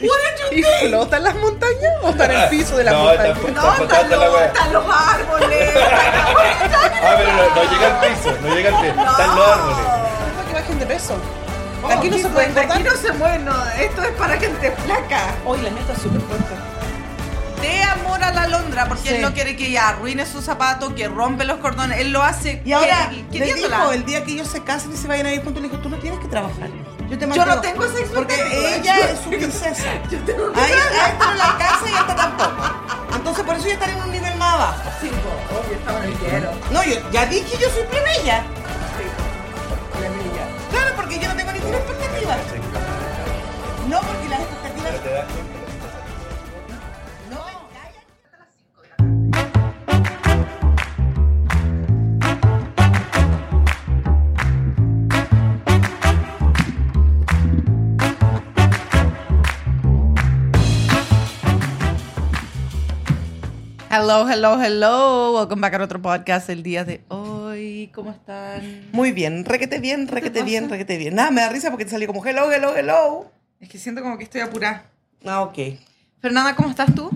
What did ¿Y you think? flotan las montañas o están en el piso de las No, montañas? tampoco. No, Está están flotando la los, wea. están los árboles. están los- Ah, pero no, no llega al piso, no llega al piso. Están los árboles. Para que bajen de peso. Oh, aquí no se fue- pueden de Aquí cortar. no se mueve, no. Esto es para gente flaca. Hoy la neta es súper fuerte. De amor a la Londra, porque Sí. él no quiere que ella arruine su zapato, que rompe los cordones. Él lo hace Y ahora, queri- le dijo, queriéndola. el día que ellos se casen y se vayan a ir juntos, le dijo, tú no tienes que trabajar. Yo te Yo no mantengo". tengo esa Porque expectativa. ella Yo- es su princesa. A ella a esta no la casa y a esta tampoco. Entonces, por eso ya estaré en un nivel más abajo. Sí, po, obvio, estaba en el quiero. No, yo ya dije, yo soy plebeya. Plebeya. Claro, porque yo no tengo ninguna expectativa. No, porque las expectativas... Pero te das cuenta. No, cállate. Hello, hello, hello. Welcome back a otro podcast el día de hoy. ¿Cómo están? Muy bien, requete bien, requete bien, requete bien. Nada, me da risa porque te salió como hello, hello, hello. Es que siento como que estoy apurada. Ah, ok. Fernanda, ¿cómo estás tú?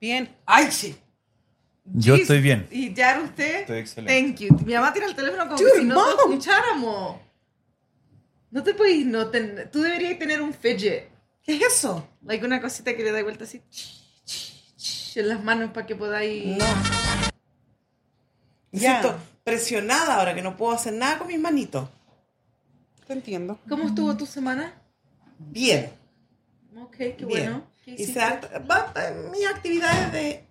Bien. Ay, sí. Yo Jeez. estoy bien. ¿Y ya usted? Estoy excelente. Thank you. Mi mamá tira el teléfono como Your que si no te mom. escucháramos. No te podéis no ten- Tú deberías tener un fidget. ¿Qué es eso? Like una cosita que le da vuelta así. ch, ch, ch, En las manos para que podáis. No. Me Ya. siento presionada ahora que no puedo hacer nada con mis manitos. Te entiendo. ¿Cómo estuvo tu semana? Bien. Ok, qué bien. bueno. ¿Qué Hice hiciste? harta- va- va- mis actividades de.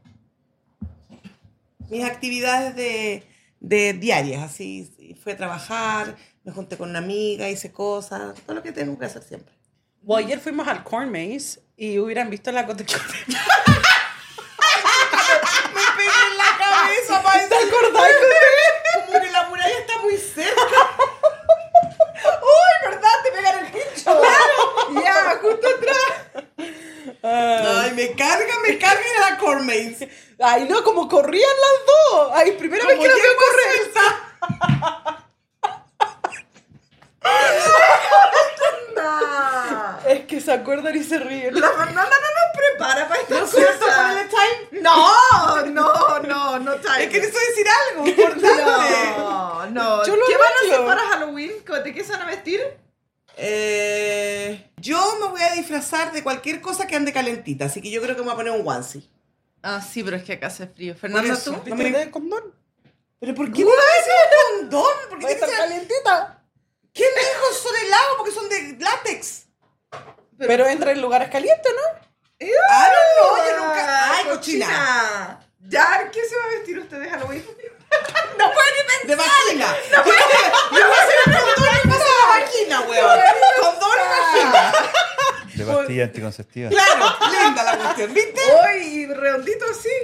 Mis actividades de, de diarias, así. Fui a trabajar, me junté con una amiga, hice cosas, todo lo que tengo que hacer siempre. Bueno, ayer fuimos al Corn Maze y hubieran visto la cote- ¿Te Me pegué en la cabeza, parece acordás? como que la muralla está muy cerca. ¡Uy, verdad! ¡Te pegaron el pincho! ¡Ya! ¡Justo atrás! Ay, me carga, me carga ir a la Cormace. Ay, no, como corrían las dos. Ay, primera vez que las veo correr. ¡Anda! Es que se acuerdan y se ríen. La Fernanda no nos prepara para estas ¿No es cierto por cosas. el time? No, no, no, no time. Es que necesito decir algo, importante. No, no. Yo lo ¿Qué van a hacer odio. para Halloween? ¿Cómo ¿De qué se van a vestir? Eh, yo me voy a disfrazar de cualquier cosa que ande calentita, así que yo creo que me voy a poner un onesie. Ah, sí, pero es que acá hace frío. Fernanda, eso. tú. No me- ¿Viste el condón? ¿Pero por qué no me un condón? ¿Por qué Porque está tiene que ser- calentita. ¿Quién dijo son helado? Porque son de látex. Pero entra en lugares calientes, ¿no? Ah, no, no, yo nunca. Ay, cochina. ¿Ya? ¿Qué se va a vestir usted de Halloween? No pueden De vagina. No pueden. Yo voy a hacer el condón y paso a la vagina, weón. Condón y vagina. De pastilla anticonceptiva. Claro, linda la cuestión, ¿viste? Hoy, redondito así.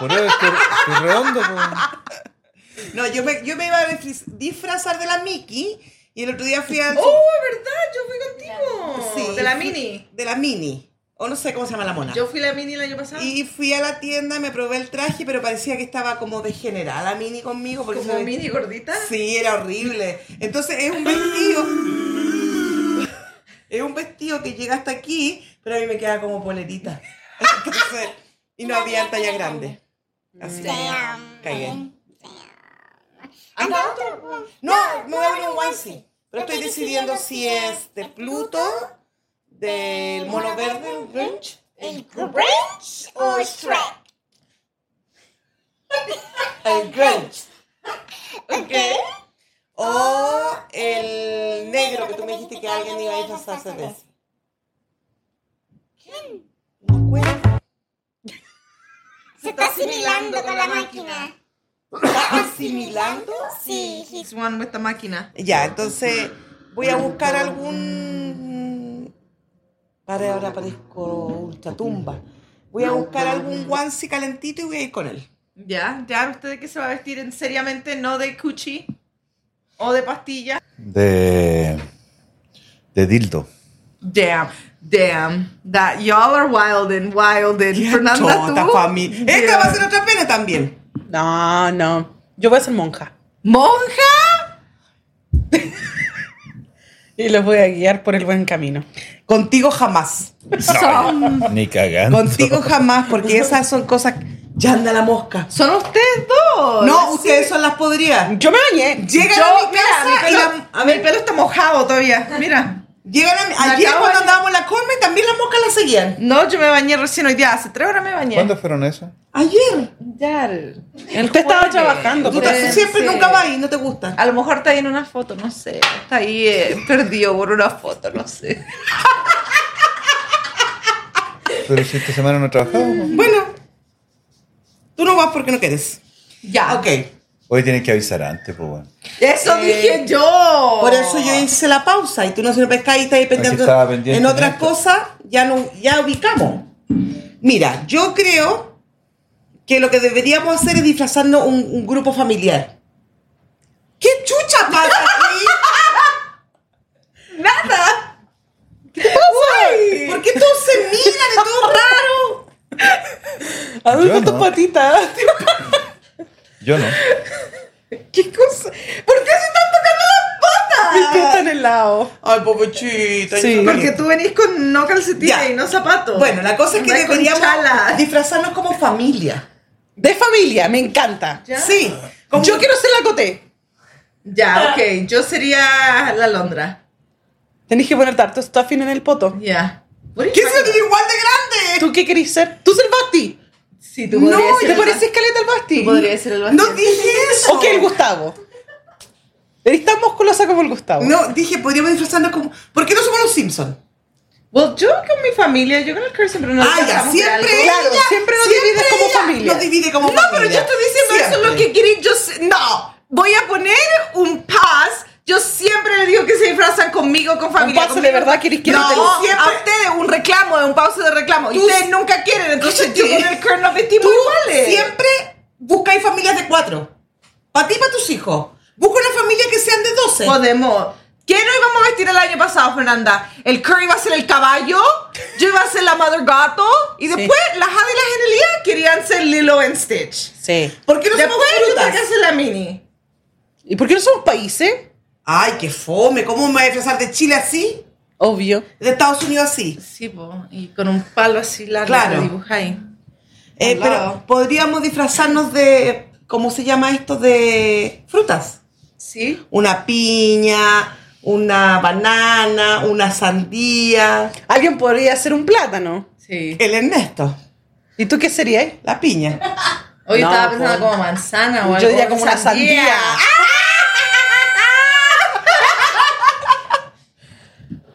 Por eso es que, que redondo. po. Oh. No, yo me, yo me iba a disfriz- disfrazar de la Mickey y el otro día fui al. ¡Oh, verdad! Yo fui contigo. Sí, de la fui- mini. De la mini. O no sé cómo se llama la mona. Yo fui la mini el año pasado. Y fui a la tienda, me probé el traje, pero parecía que estaba como degenerada mini conmigo. Porque como se ve- mini gordita. Sí, era horrible. Entonces es un vestido. es un vestido que llega hasta aquí, pero a mí me queda como polerita. Entonces, y no había talla grande. Así que cagué. Ah, ¿A cuánto? No, me voy a abrir un onesie. Pero estoy decidiendo si es de Pluto, del mono verde, Grinch. El Grinch o Shrek. El Grinch. Ok. O Ah, el negro que tú me dijiste que alguien iba a disfrazarse de ese. ¿Quién? No cuenta. Se está asimilando con la máquina. ¿Está asimilando? Sí, sí. It's one with the máquina. Ya, entonces voy a buscar algún. Para ahora parezco ultra tumba. Voy a buscar algún onesie calentito y voy a ir con él. Ya, ya, ¿usted de qué se va a vestir en- seriamente? No de cuchi o de pastilla. De. De dildo. Damn, damn. That y'all are wild and wild and Chota, familia. Esta va a ser otra pena también. No, no. Yo voy a ser monja. ¿Monja? Y los voy a guiar por el buen camino. Contigo jamás. Son, Ni cagando. Contigo jamás, porque esas son cosas. Ya anda la mosca. son ustedes dos. No, ustedes son las podridas. Yo me bañé. Llegan Yo, a mi mira, casa mi y pelo, la- a ver, el pelo está mojado todavía. Mira. Llegan a mi- Me Ayer acabo cuando de- andábamos en la Corme también las moscas las seguían. No, yo me bañé recién hoy día. Hace tres horas me bañé. ¿Cuándo fueron eso? Ayer. Ya. el- Usted estaba jueves. trabajando. Tú Sí, estás- sí. Ah. siempre nunca vas y no te gusta. A lo mejor está ahí en una foto, no sé. Está ahí eh, perdido por una foto, no sé. Pero si esta semana no trabajamos. Bueno, tú no vas porque no quieres. Ya. Ok. Eh, Hoy tienen que avisar antes, pues bueno. Eso dije yo. Por eso yo hice la pausa y tú no se lo pescas y estás ahí pensando estaba pendiente en otras de esto. cosas, ya, no, ya ubicamos. Mira, yo creo que lo que deberíamos hacer es disfrazarnos un, un grupo familiar. ¿Qué chucha pasa aquí? Nada. ¿Por qué todos se miran? Es todo raro. ¿A dónde Yo está tu no. patita? Yo no. ¿Qué cosa? ¿Por qué se están tocando las patas? Mis pies están helados. Ay, pobrecita. Sí. yo no- Porque tú venís con no calcetines Ya. y no zapatos. Bueno, la cosa es que Andás con deberíamos chala. disfrazarnos como familia. De familia, me encanta. Ya. Sí. como- Yo quiero ser la coté. Ah. Ya, ok. Yo sería la Londra. Tenés que poner harto stuffing en el poto. Ya. ¿Qué es eso que es igual de grande? ¿Tú qué querés ser? Tú ser Basti. Sí, tú podrías No, ser ¿te el pareces Basti. caleta al Basti? Tú podrías ser el Basti. No dije eso. O que el Gustavo. Eres tan musculosa como el Gustavo. No, dije, podríamos disfrazarnos como. ¿Por qué no somos los Simpsons? Well, yo con mi familia, yo con el Kirsten, pero no Ah, ya, alcanzamos de siempre algo. ella, Claro, siempre nos divides como ella familia. Nos divide como No, familia. pero yo estoy diciendo eso es lo Siempre. que queréis. Yo sé- no, voy a poner un pass. Yo siempre le digo que se disfrazan conmigo, con familia. Un pase conmigo. de verdad, ¿querés que no, te lo- siempre... a ustedes un reclamo, un pause de reclamo. Y Tú- ustedes nunca quieren, entonces yo con el Kern nos vestimos Tú iguales. siempre buscáis familias de cuatro. Para ti y para tus hijos. Busca una familia que sean de 12. podemos. ¿Qué no íbamos a vestir el año pasado, Fernanda? El Curry iba a ser el caballo, yo iba a ser la Mother Gato, y después las Hadi y la Genelia querían ser Lilo and Stitch. Sí. ¿Por qué no Después somos yo tenía frutas? que hacer la mini. ¿Y por qué no somos países? Ay, qué fome. ¿Cómo me voy a disfrazar de Chile así? Obvio. De Estados Unidos así. Sí, po, y con un palo así largo Claro. que dibujáis. Eh, Al pero lado. podríamos disfrazarnos de. ¿Cómo se llama esto? De frutas. Sí. Una piña, una banana, una sandía. Alguien podría ser un plátano. Sí. El Ernesto, ¿Y tú qué serías? la piña. Hoy No, estaba pensando po. como manzana o algo. Ah, Yo diría como una sandía.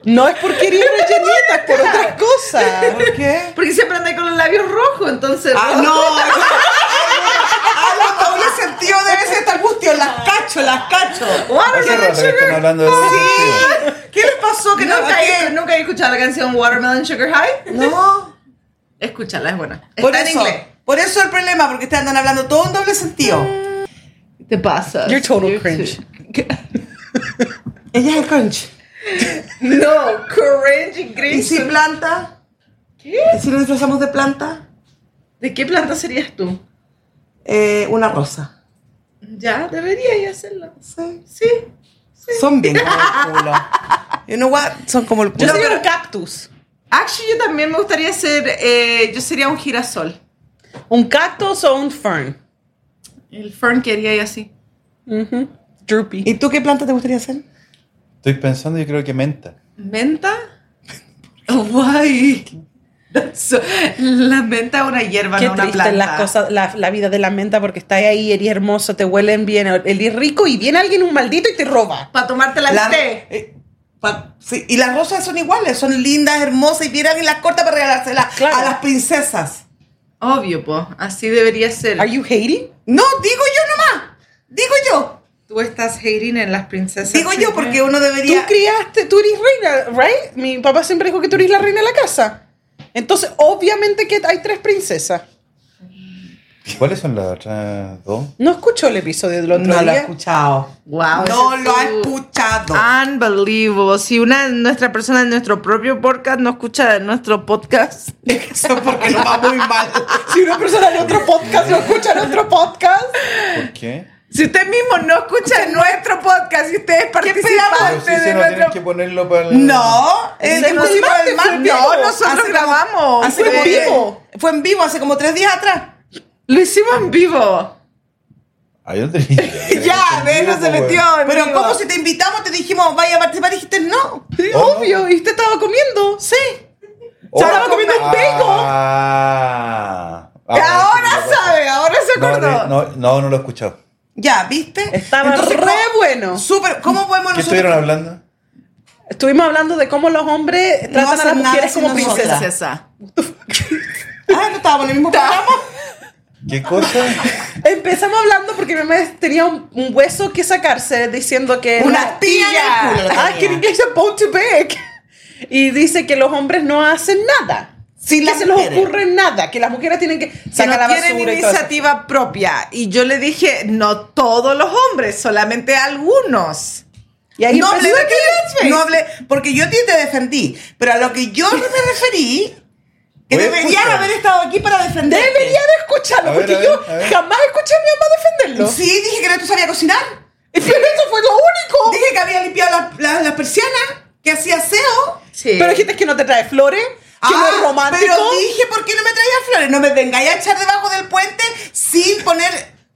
No es porque eres rellenita, es por otras cosas. Ah, ¿Por qué? Porque siempre andé con los labios rojos, entonces. Ah, no. ah, Algo doble sentido debe ser estar angustio. Las cacho, las cacho. Hace Watermelon rato que están Sugar. hablando de los sentidos. ¿Qué les pasó? Que no, ¿Nunca, he, que- nunca he escuchado la canción Watermelon Sugar High. no. Escúchala, es buena. Por Está eso, en inglés. por eso el problema, porque ustedes andan hablando todo en doble sentido. Te pasa. You're total cringe. Ella es el crunch. No, cringe y ¿Y cringe. si planta? ¿Qué? ¿Y si nos disfrazamos de planta? ¿De qué planta serías tú? Eh, una rosa. Ya, debería hacerlo. Sí. Sí. Son bien como el culo. You know what? Son como el Yo culo. sería un cactus. Actually, yo también me gustaría ser. eh, yo sería un girasol. ¿Un cactus o un fern? El fern que haría y así. Ujú. Droopy. ¿Y tú qué planta te gustaría ser? Estoy pensando, yo creo que menta. ¿Menta? Oh, Guay. So- la menta es una hierba, Qué no una triste planta. las cosas, la, la vida de la menta porque estás ahí, eres hermoso, te huelen bien, eres rico y viene alguien un maldito y te roba. Para tomarte la, La- té. eh, pa- sí, y las rosas son iguales, son lindas, hermosas y vieran y las cortas para regalárselas Claro. a las princesas. Obvio, po. Así debería ser. Are you hating? No, digo yo nomás. Digo yo. Tú estás hating en las princesas. Digo yo porque uno Tú debería. criaste, tú eres reina, right? Mi papá siempre dijo que tú eres la reina de la casa. Entonces, obviamente que hay tres princesas. ¿Cuáles son las otras dos? No escuchó el episodio del otro No lo ha día. escuchado. Wow. No lo ha escuchado. Ah. Unbelievable. Si una nuestra persona en nuestro propio podcast no escucha de nuestro podcast. Eso es porque nos va muy mal. Si una persona de otro podcast no escucha en otro podcast, ¿Por qué? Si usted mismo no escucha nuestro podcast y usted es Pero participante sí se de lo tienes nuestro que ponerlo para el- No, es Se que nos pusimos mate, el fue mar- en vivo. No, nosotros como- grabamos. hace Fue en como- vivo. Fue en vivo hace como tres días atrás. Lo hicimos en vivo. Ah, yo no tenía idea. Ya, ve, no se Pues, metió. en Pero vivo. como si te invitamos, te dijimos, vaya a participar, dijiste no. Sí, Oh, no. obvio, y usted estaba comiendo. Sí. Oh, Estaba comiendo un bacon. Ah. Ahora sí, sabe, ahora se no, acordó. No, no, no, no lo he escuchado. Ya, ¿viste? Estaba re ¿cómo- bueno. Súper, ¿cómo podemos nosotros? ¿Qué estuvieron hablando? Estuvimos hablando de cómo los hombres tratan a hacen las nada mujeres sin como nosotras. princesas. Princesa. Ah, no estábamos en el mismo programa. ¿Qué cosa? Empezamos hablando porque mi mamá tenía un, un hueso que sacarse diciendo que... Una no- astilla en el culo Ah, tenía. que en inglés es bone to pick. Y dice que los hombres no hacen nada. Sin que las se les mujeres. ocurre nada. Que las mujeres tienen que Si no sacar la tienen basura y todo eso. iniciativa propia. Y yo le dije, no todos los hombres, solamente algunos. Y ahí No hablé empezó de a que- querer- no hablé, porque yo a ti te defendí, pero a lo que yo me referí, que Voy a deberías escuchar. haber estado aquí para defender. Debería de escucharlo, A ver, porque a ver, yo a ver. jamás escuché a mi mamá defenderlo. Sí, dije que no tú sabías cocinar. Y Pero eso fue lo único. Dije que había limpiado las las- las persianas, que hacía aseo. Sí. Pero dijiste que no te trae flores, que no es romántico. Ah, Pero dije, ¿por qué no me traías flores? No me vengáis a echar debajo del puente sin poner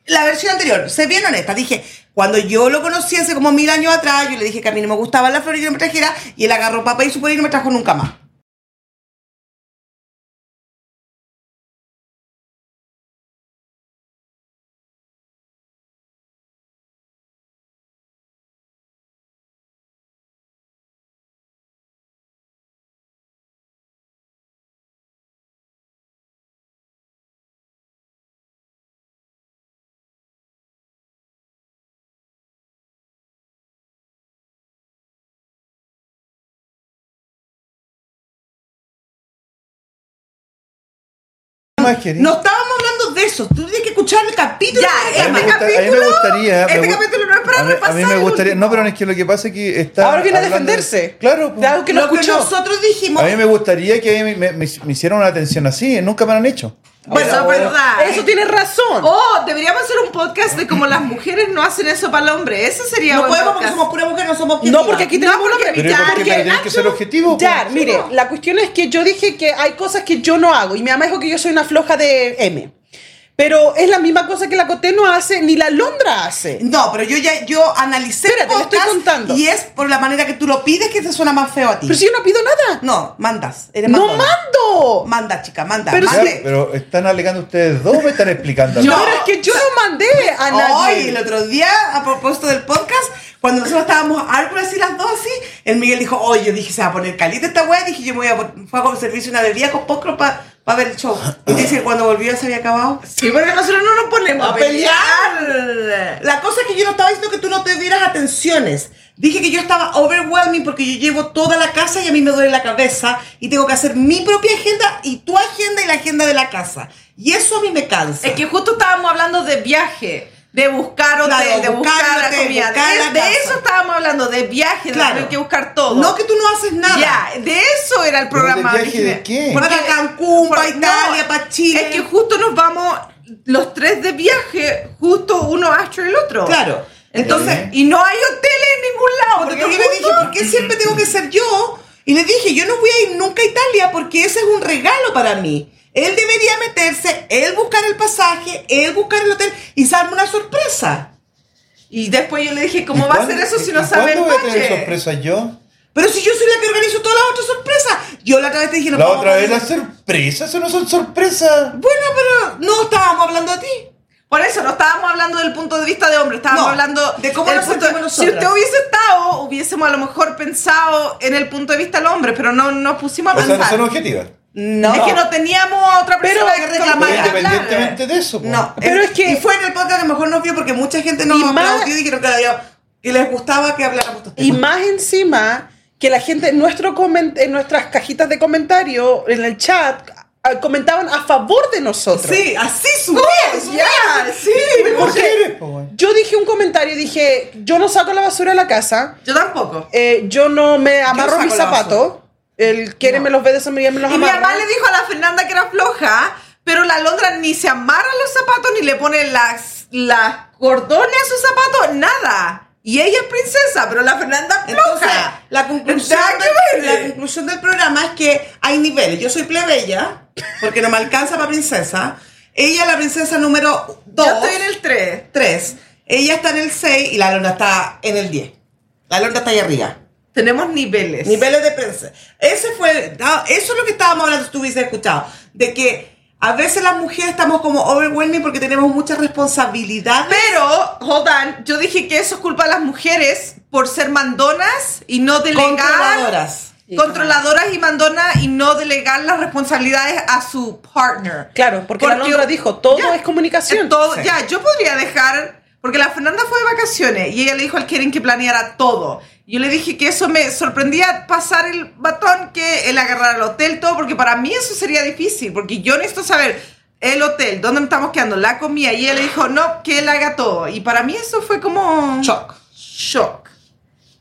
la versión anterior. Sé bien honesta. Dije, cuando yo lo conocí hace como mil años atrás, yo le dije que a mí no me gustaban las flores y que no me trajera. Y él agarró papá y su y no me trajo nunca más. Más querido. No estábamos hablando de eso. Tú tienes que escuchar el capítulo. Ya, de A mí este me Emma. gusta- a mí me capítulo- gustaría- este me gu- capítulo no es para a mí- A mí repasar me el gustaría. último. No, pero es que lo que pasa es que está. Ahora viene a hablando- defenderse. Claro. De algo que no lo que escuchó. nosotros dijimos. A mí me gustaría que a mí me, me- me hicieran una atención así. Nunca me lo han hecho. Bueno, Ahora- verdad. Eso tiene razón. Oh, deberíamos hacer un podcast de cómo las mujeres no hacen eso para el hombre. Ese sería no buen podemos porque podcast. somos pura mujer, no somos no, porque aquí tenemos una porque Pero, ¿y por qué? Porque pero tienes que ser objetivo. pues. Ya, mire, la cuestión es que yo dije que hay cosas que yo no hago y mi mamá dijo que yo soy una floja de M. Pero es la misma cosa que la Coté no hace ni la Londra hace. No, pero yo ya yo analicé el Espérate, le estoy contando. y es por la manera que tú lo pides que te suena más feo a ti. Pero si yo no pido nada. No, mandas. Eres No mandona. mando. Manda, chica, manda. Pero Ya, mande. pero están alegando ustedes dos, me están explicando. a mí? No, pero es que yo no mandé a Hoy, el nadie. otro día, a propósito del podcast, cuando nosotros estábamos algo así las dos así, el Miguel dijo, oye, yo dije, se va a poner calita esta wea, dije, yo me voy a pon- fue a comer servicio una bebida con pocro para ver el show. Y dice que cuando volvió se había acabado. Sí, porque nosotros no nos ponemos a A Ah, pelear. La cosa es que yo no estaba diciendo que tú no te dieras atenciones. Dije que yo estaba overwhelming porque yo llevo toda la casa y a mí me duele la cabeza y tengo que hacer mi propia agenda y tu agenda y la agenda de la casa. Y eso a mí me cansa. Es que justo estábamos hablando de viaje, de buscar hotel, Claro, de buscar buscar la hotel, comida. buscar de la de casa. eso estábamos hablando, de viaje, de Claro. tener que buscar todo. No que tú no haces nada. Ya, de eso era el ¿Pero del programa. viaje original. de qué? Porque- Para Cancún, para por- Italia, para Chile. Es que justo nos vamos los tres de viaje, justo uno astro y el otro. Claro. Entonces, Ujú. y no hay hoteles en ningún lado. Porque yo porque le dije, justo- ¿por qué siempre tengo que ser yo? Y le dije, yo no voy a ir nunca a Italia porque ese es un regalo para mí. Él debería meterse, él buscar el pasaje, él buscar el hotel y darme una sorpresa. Y después yo le dije, ¿Y ¿cómo va a cuándo- ser eso si y- no y sabe el ¿Cuándo voy a tener budget? sorpresa yo? Pero si yo soy la que organizo todas las otras sorpresas. Yo la otra vez te dije, no La vamos otra a vez ir. la sorpresa, eso no son sorpresas. Bueno, pero no estábamos hablando de ti. Por eso, no estábamos hablando del punto de vista de hombre, estábamos No, hablando de cómo del nos punto sentimos Si usted nosotras. hubiese estado, hubiésemos a lo mejor pensado en el punto de vista del hombre, pero no nos pusimos a O sea, no pensar. son objetivas. No. Es que no teníamos a otra Pero- persona que reclamara. Pero y hablar. Independientemente de eso. pues. No, Pero es que- Y fue en el podcast que mejor nos vio porque mucha gente nos Y más- aplaudió y dijeron que, la había- que les gustaba que habláramos de estos Y temas. más encima que la gente en, nuestro comen- en nuestras cajitas de comentario, en el chat, a- comentaban a favor de nosotros. Sí, así subió. Oh, subió. Ya, sí. ¿Por qué porque- Pues eres, po, weón? Yo dije un comentario, dije, yo no saco la basura de la casa, Yo tampoco. eh, yo no me amarro saco mis la zapatos, el quiere me los ve de San Miguel me los Y mi amarra. mamá le dijo a la Fernanda que era floja, pero la Londra ni se amarra los zapatos ni le pone las, las cordón a sus zapatos, nada. Y ella es princesa, pero la Fernanda es Entonces, floja. la conclusión, Nada que del, ver. la conclusión del programa es que hay niveles. Yo soy plebeya, porque no me alcanza para princesa. Ella es la princesa número 2, Yo estoy en el 3. 3. Ella está en el 6 y la Lorna está en el 10. La Lorna está ahí arriba. Tenemos niveles. Niveles de prensa. Ese fue, ah, eso es lo que estábamos hablando, tú hubiese escuchado, de que a veces las mujeres estamos como overwhelming porque tenemos mucha responsabilidad. Pero, hold on, yo dije que eso es culpa de las mujeres por ser mandonas y no delegar. Controladoras. Controladoras y mandonas y no delegar las responsabilidades a su partner. Claro, porque la Londra dijo, todo es comunicación. todo- Sí. Ya, yo podría dejar, porque la Fernanda fue de vacaciones y ella le dijo al Keren que planeara todo. Yo le dije que eso me sorprendía pasar el batón, que él agarrara el hotel, todo, porque para mí eso sería difícil, porque yo necesito saber el hotel, dónde estamos quedando, la comida, y ella le dijo, no, que él haga todo. Y para mí eso fue como... Shock. Shock.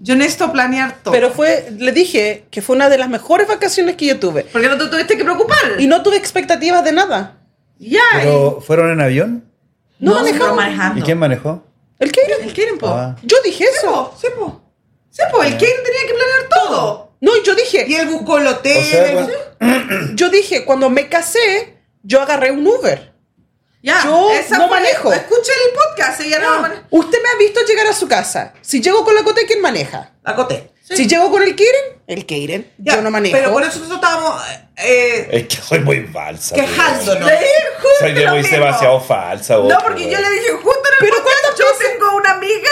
Yo necesito planear todo. Pero fue, le dije que fue una de las mejores vacaciones que yo tuve. porque no te tuviste que preocupar. Y no tuve expectativas de nada. ya. y- Pero, ¿fueron en avión? No, No, manejamos. no manejamos. ¿Y No. quién manejó? ¿El qué El Keren, po. Ah. Yo dije eso. Sí, po. Sí, po, Eh. el Keren tenía que planear todo. No, yo dije, Y él buscó el hotel. Eh, O sea, él bueno, buscó- yo dije, cuando me casé, yo agarré un Uber. Ya, Yo no manejo. Escucha el podcast, ella no, maneja. Usted me ha visto llegar a su casa. Si llego con la Cote, ¿quién maneja? la coté. Si llego con el Kiren, el Kiren. Ya, yo no manejo. Pero por eso nosotros estábamos eh, Es que soy muy falsa. pues. quejándonos. Le dije justo Soy de lo muy mismo. demasiado falsa. vos, No, porque pues. yo le dije justo en el Pero podcast, yo tengo una amiga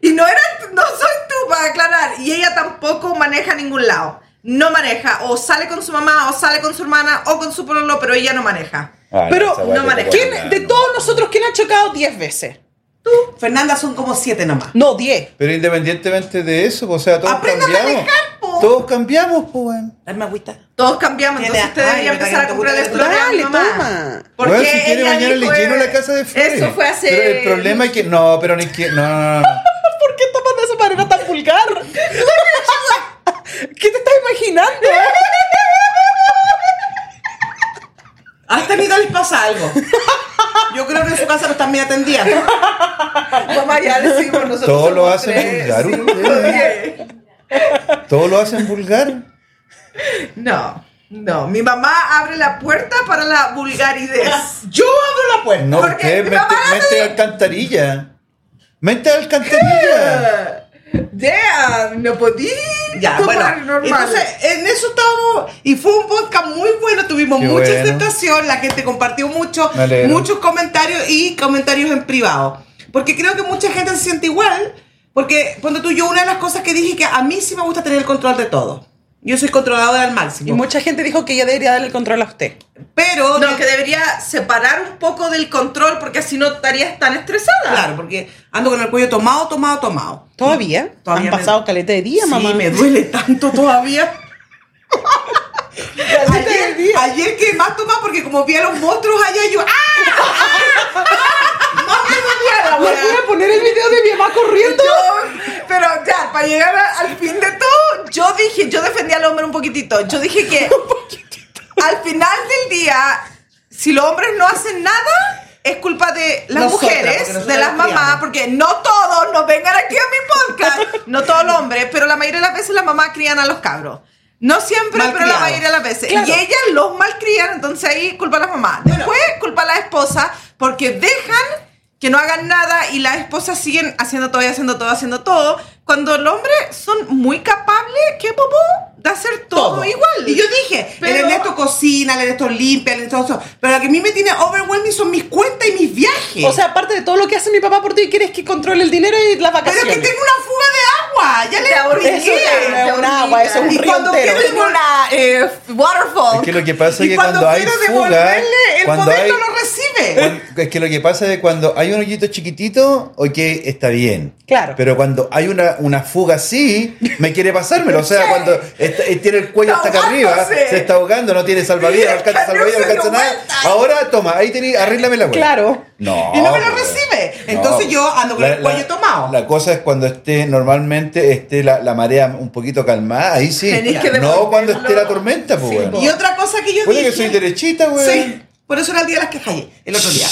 y no era, no soy tú para aclarar. Y ella tampoco maneja a ningún lado. No maneja, o sale con su mamá, o sale con su hermana, o con su pololo, pero ella no maneja. Ah, Pero esa weá no que manejo. te pues. ¿Quién- guardan, de no. todos nosotros, ¿quién ha chocado 10 veces? Fernanda son como siete nomás. No, 10. Pero independientemente de eso, pues, o sea, todos Aprenda a cambiamos. manejar, po. Todos cambiamos, pues, weón. Dame agüita. Todos cambiamos, Tiene- entonces usted ay, debería me empezar a traigo comprarle tu- flores a mi Dale, mamá. toma. Porque Weón, si quiere ella mañana le dijo- lleno la casa de flores. Eso fue hace... Pero el problema es que. No, pero no es que. No, no, no. no. ¿Por qué tomas de esa manera tan vulgar? ¿Qué te estás imaginando? Hasta ni les este pasa algo. Yo creo que en su casa no están bien atendidas. Mamá, ya decimos nosotros Todos lo somos hacen tres. vulgar ustedes. Oye. Todos lo hacen vulgar. No, no. Mi mamá abre la puerta para la vulgaridad. Yo abro la puerta. Pues No, Porque porque mi mente, mamá hace- mente de alcantarilla. Mente de alcantarilla. Damn, no podí. Ya, tomar bueno, normal. entonces en eso estábamos y fue un podcast muy bueno, tuvimos Qué mucha bueno. aceptación, la gente compartió mucho, Me alegro. muchos comentarios y comentarios en privado, porque creo que mucha gente se siente igual, porque cuando tú yo una de las cosas que dije que a mí sí me gusta tener el control de todo, yo soy controladora al Y máximo, mucha gente dijo que ella debería darle el control a usted. pero No, que debería separar un poco del control porque así no estarías tan estresada. claro, porque ando con el cuello tomado, tomado, tomado. ¿Todavía? Todavía me- Han pasado caleta de día, Sí, mamá. me duele tanto todavía. ayer, ayer que más tomaba porque como vi a los monstruos allá yo ¡ah! Claro, Les voy a poner el video de mi mamá corriendo. Yo- pero ya, para llegar a- al fin de todo, yo dije, yo defendí al hombre un poquitito. Yo dije que al final del día, si los hombres no hacen nada, es culpa de las Nosotras, porque mujeres, nosotras de las las mamás, criamos. porque no todos nos vengan aquí a mi podcast, no todos los hombres, pero la mayoría de las veces las mamás crían a los cabros. No siempre, pero la Malcriados. mayoría de las veces. Claro. Y ellas los malcrían, entonces ahí culpa a las mamás. Bueno. Después culpa a la esposa porque dejan que no hagan nada y las esposas siguen haciendo todo y haciendo todo, haciendo todo, cuando los hombres son muy capables, qué bobo, de hacer todo, igual. Y yo dije, Pero- el Ernesto cocina, el Ernesto limpia, el Ernesto... Pero la que a mí me tiene overwhelming son mis cuentas y mis viajes. O sea, aparte de todo lo que hace mi papá por ti, quieres que controle el dinero y las pero vacaciones. que tengo una fuga de agua. Ya Te le aburrí, Eso ya no es te un aburrí. agua, eso es un Y río cuando entero. quiero tengo una eh, waterfall. Es que lo que pasa Y es que cuando cuando, hay quiero fuga. devolverle, el Cuando poder hay. no lo recibe. cuan- Es que lo que pasa es que cuando hay un hoyito chiquitito, ok, está bien. Claro. Pero cuando hay una, una fuga así, me quiere pasármelo. O sea, cuando está- eh, tiene el cuello hasta acá arriba, Ahogándose. se está ahogando, no tiene salvavidas, no alcanza Cambio salvavidas, no se alcanza dio nada. vuelta. Ahora, toma, ahí tení, arréglame la hueá. Claro. No. Y no me lo pues, recibe. Entonces yo ando con el cuello tomado. La cosa es cuando esté normalmente esté la, la marea un poquito calmada, ahí sí. Tenés que no devolverlo. cuando esté la tormenta, pues. Sí, weón. po. Y otra cosa que yo Puede dije... que soy derechita, weón. Sí, por eso era el día de las que fallé, el otro día.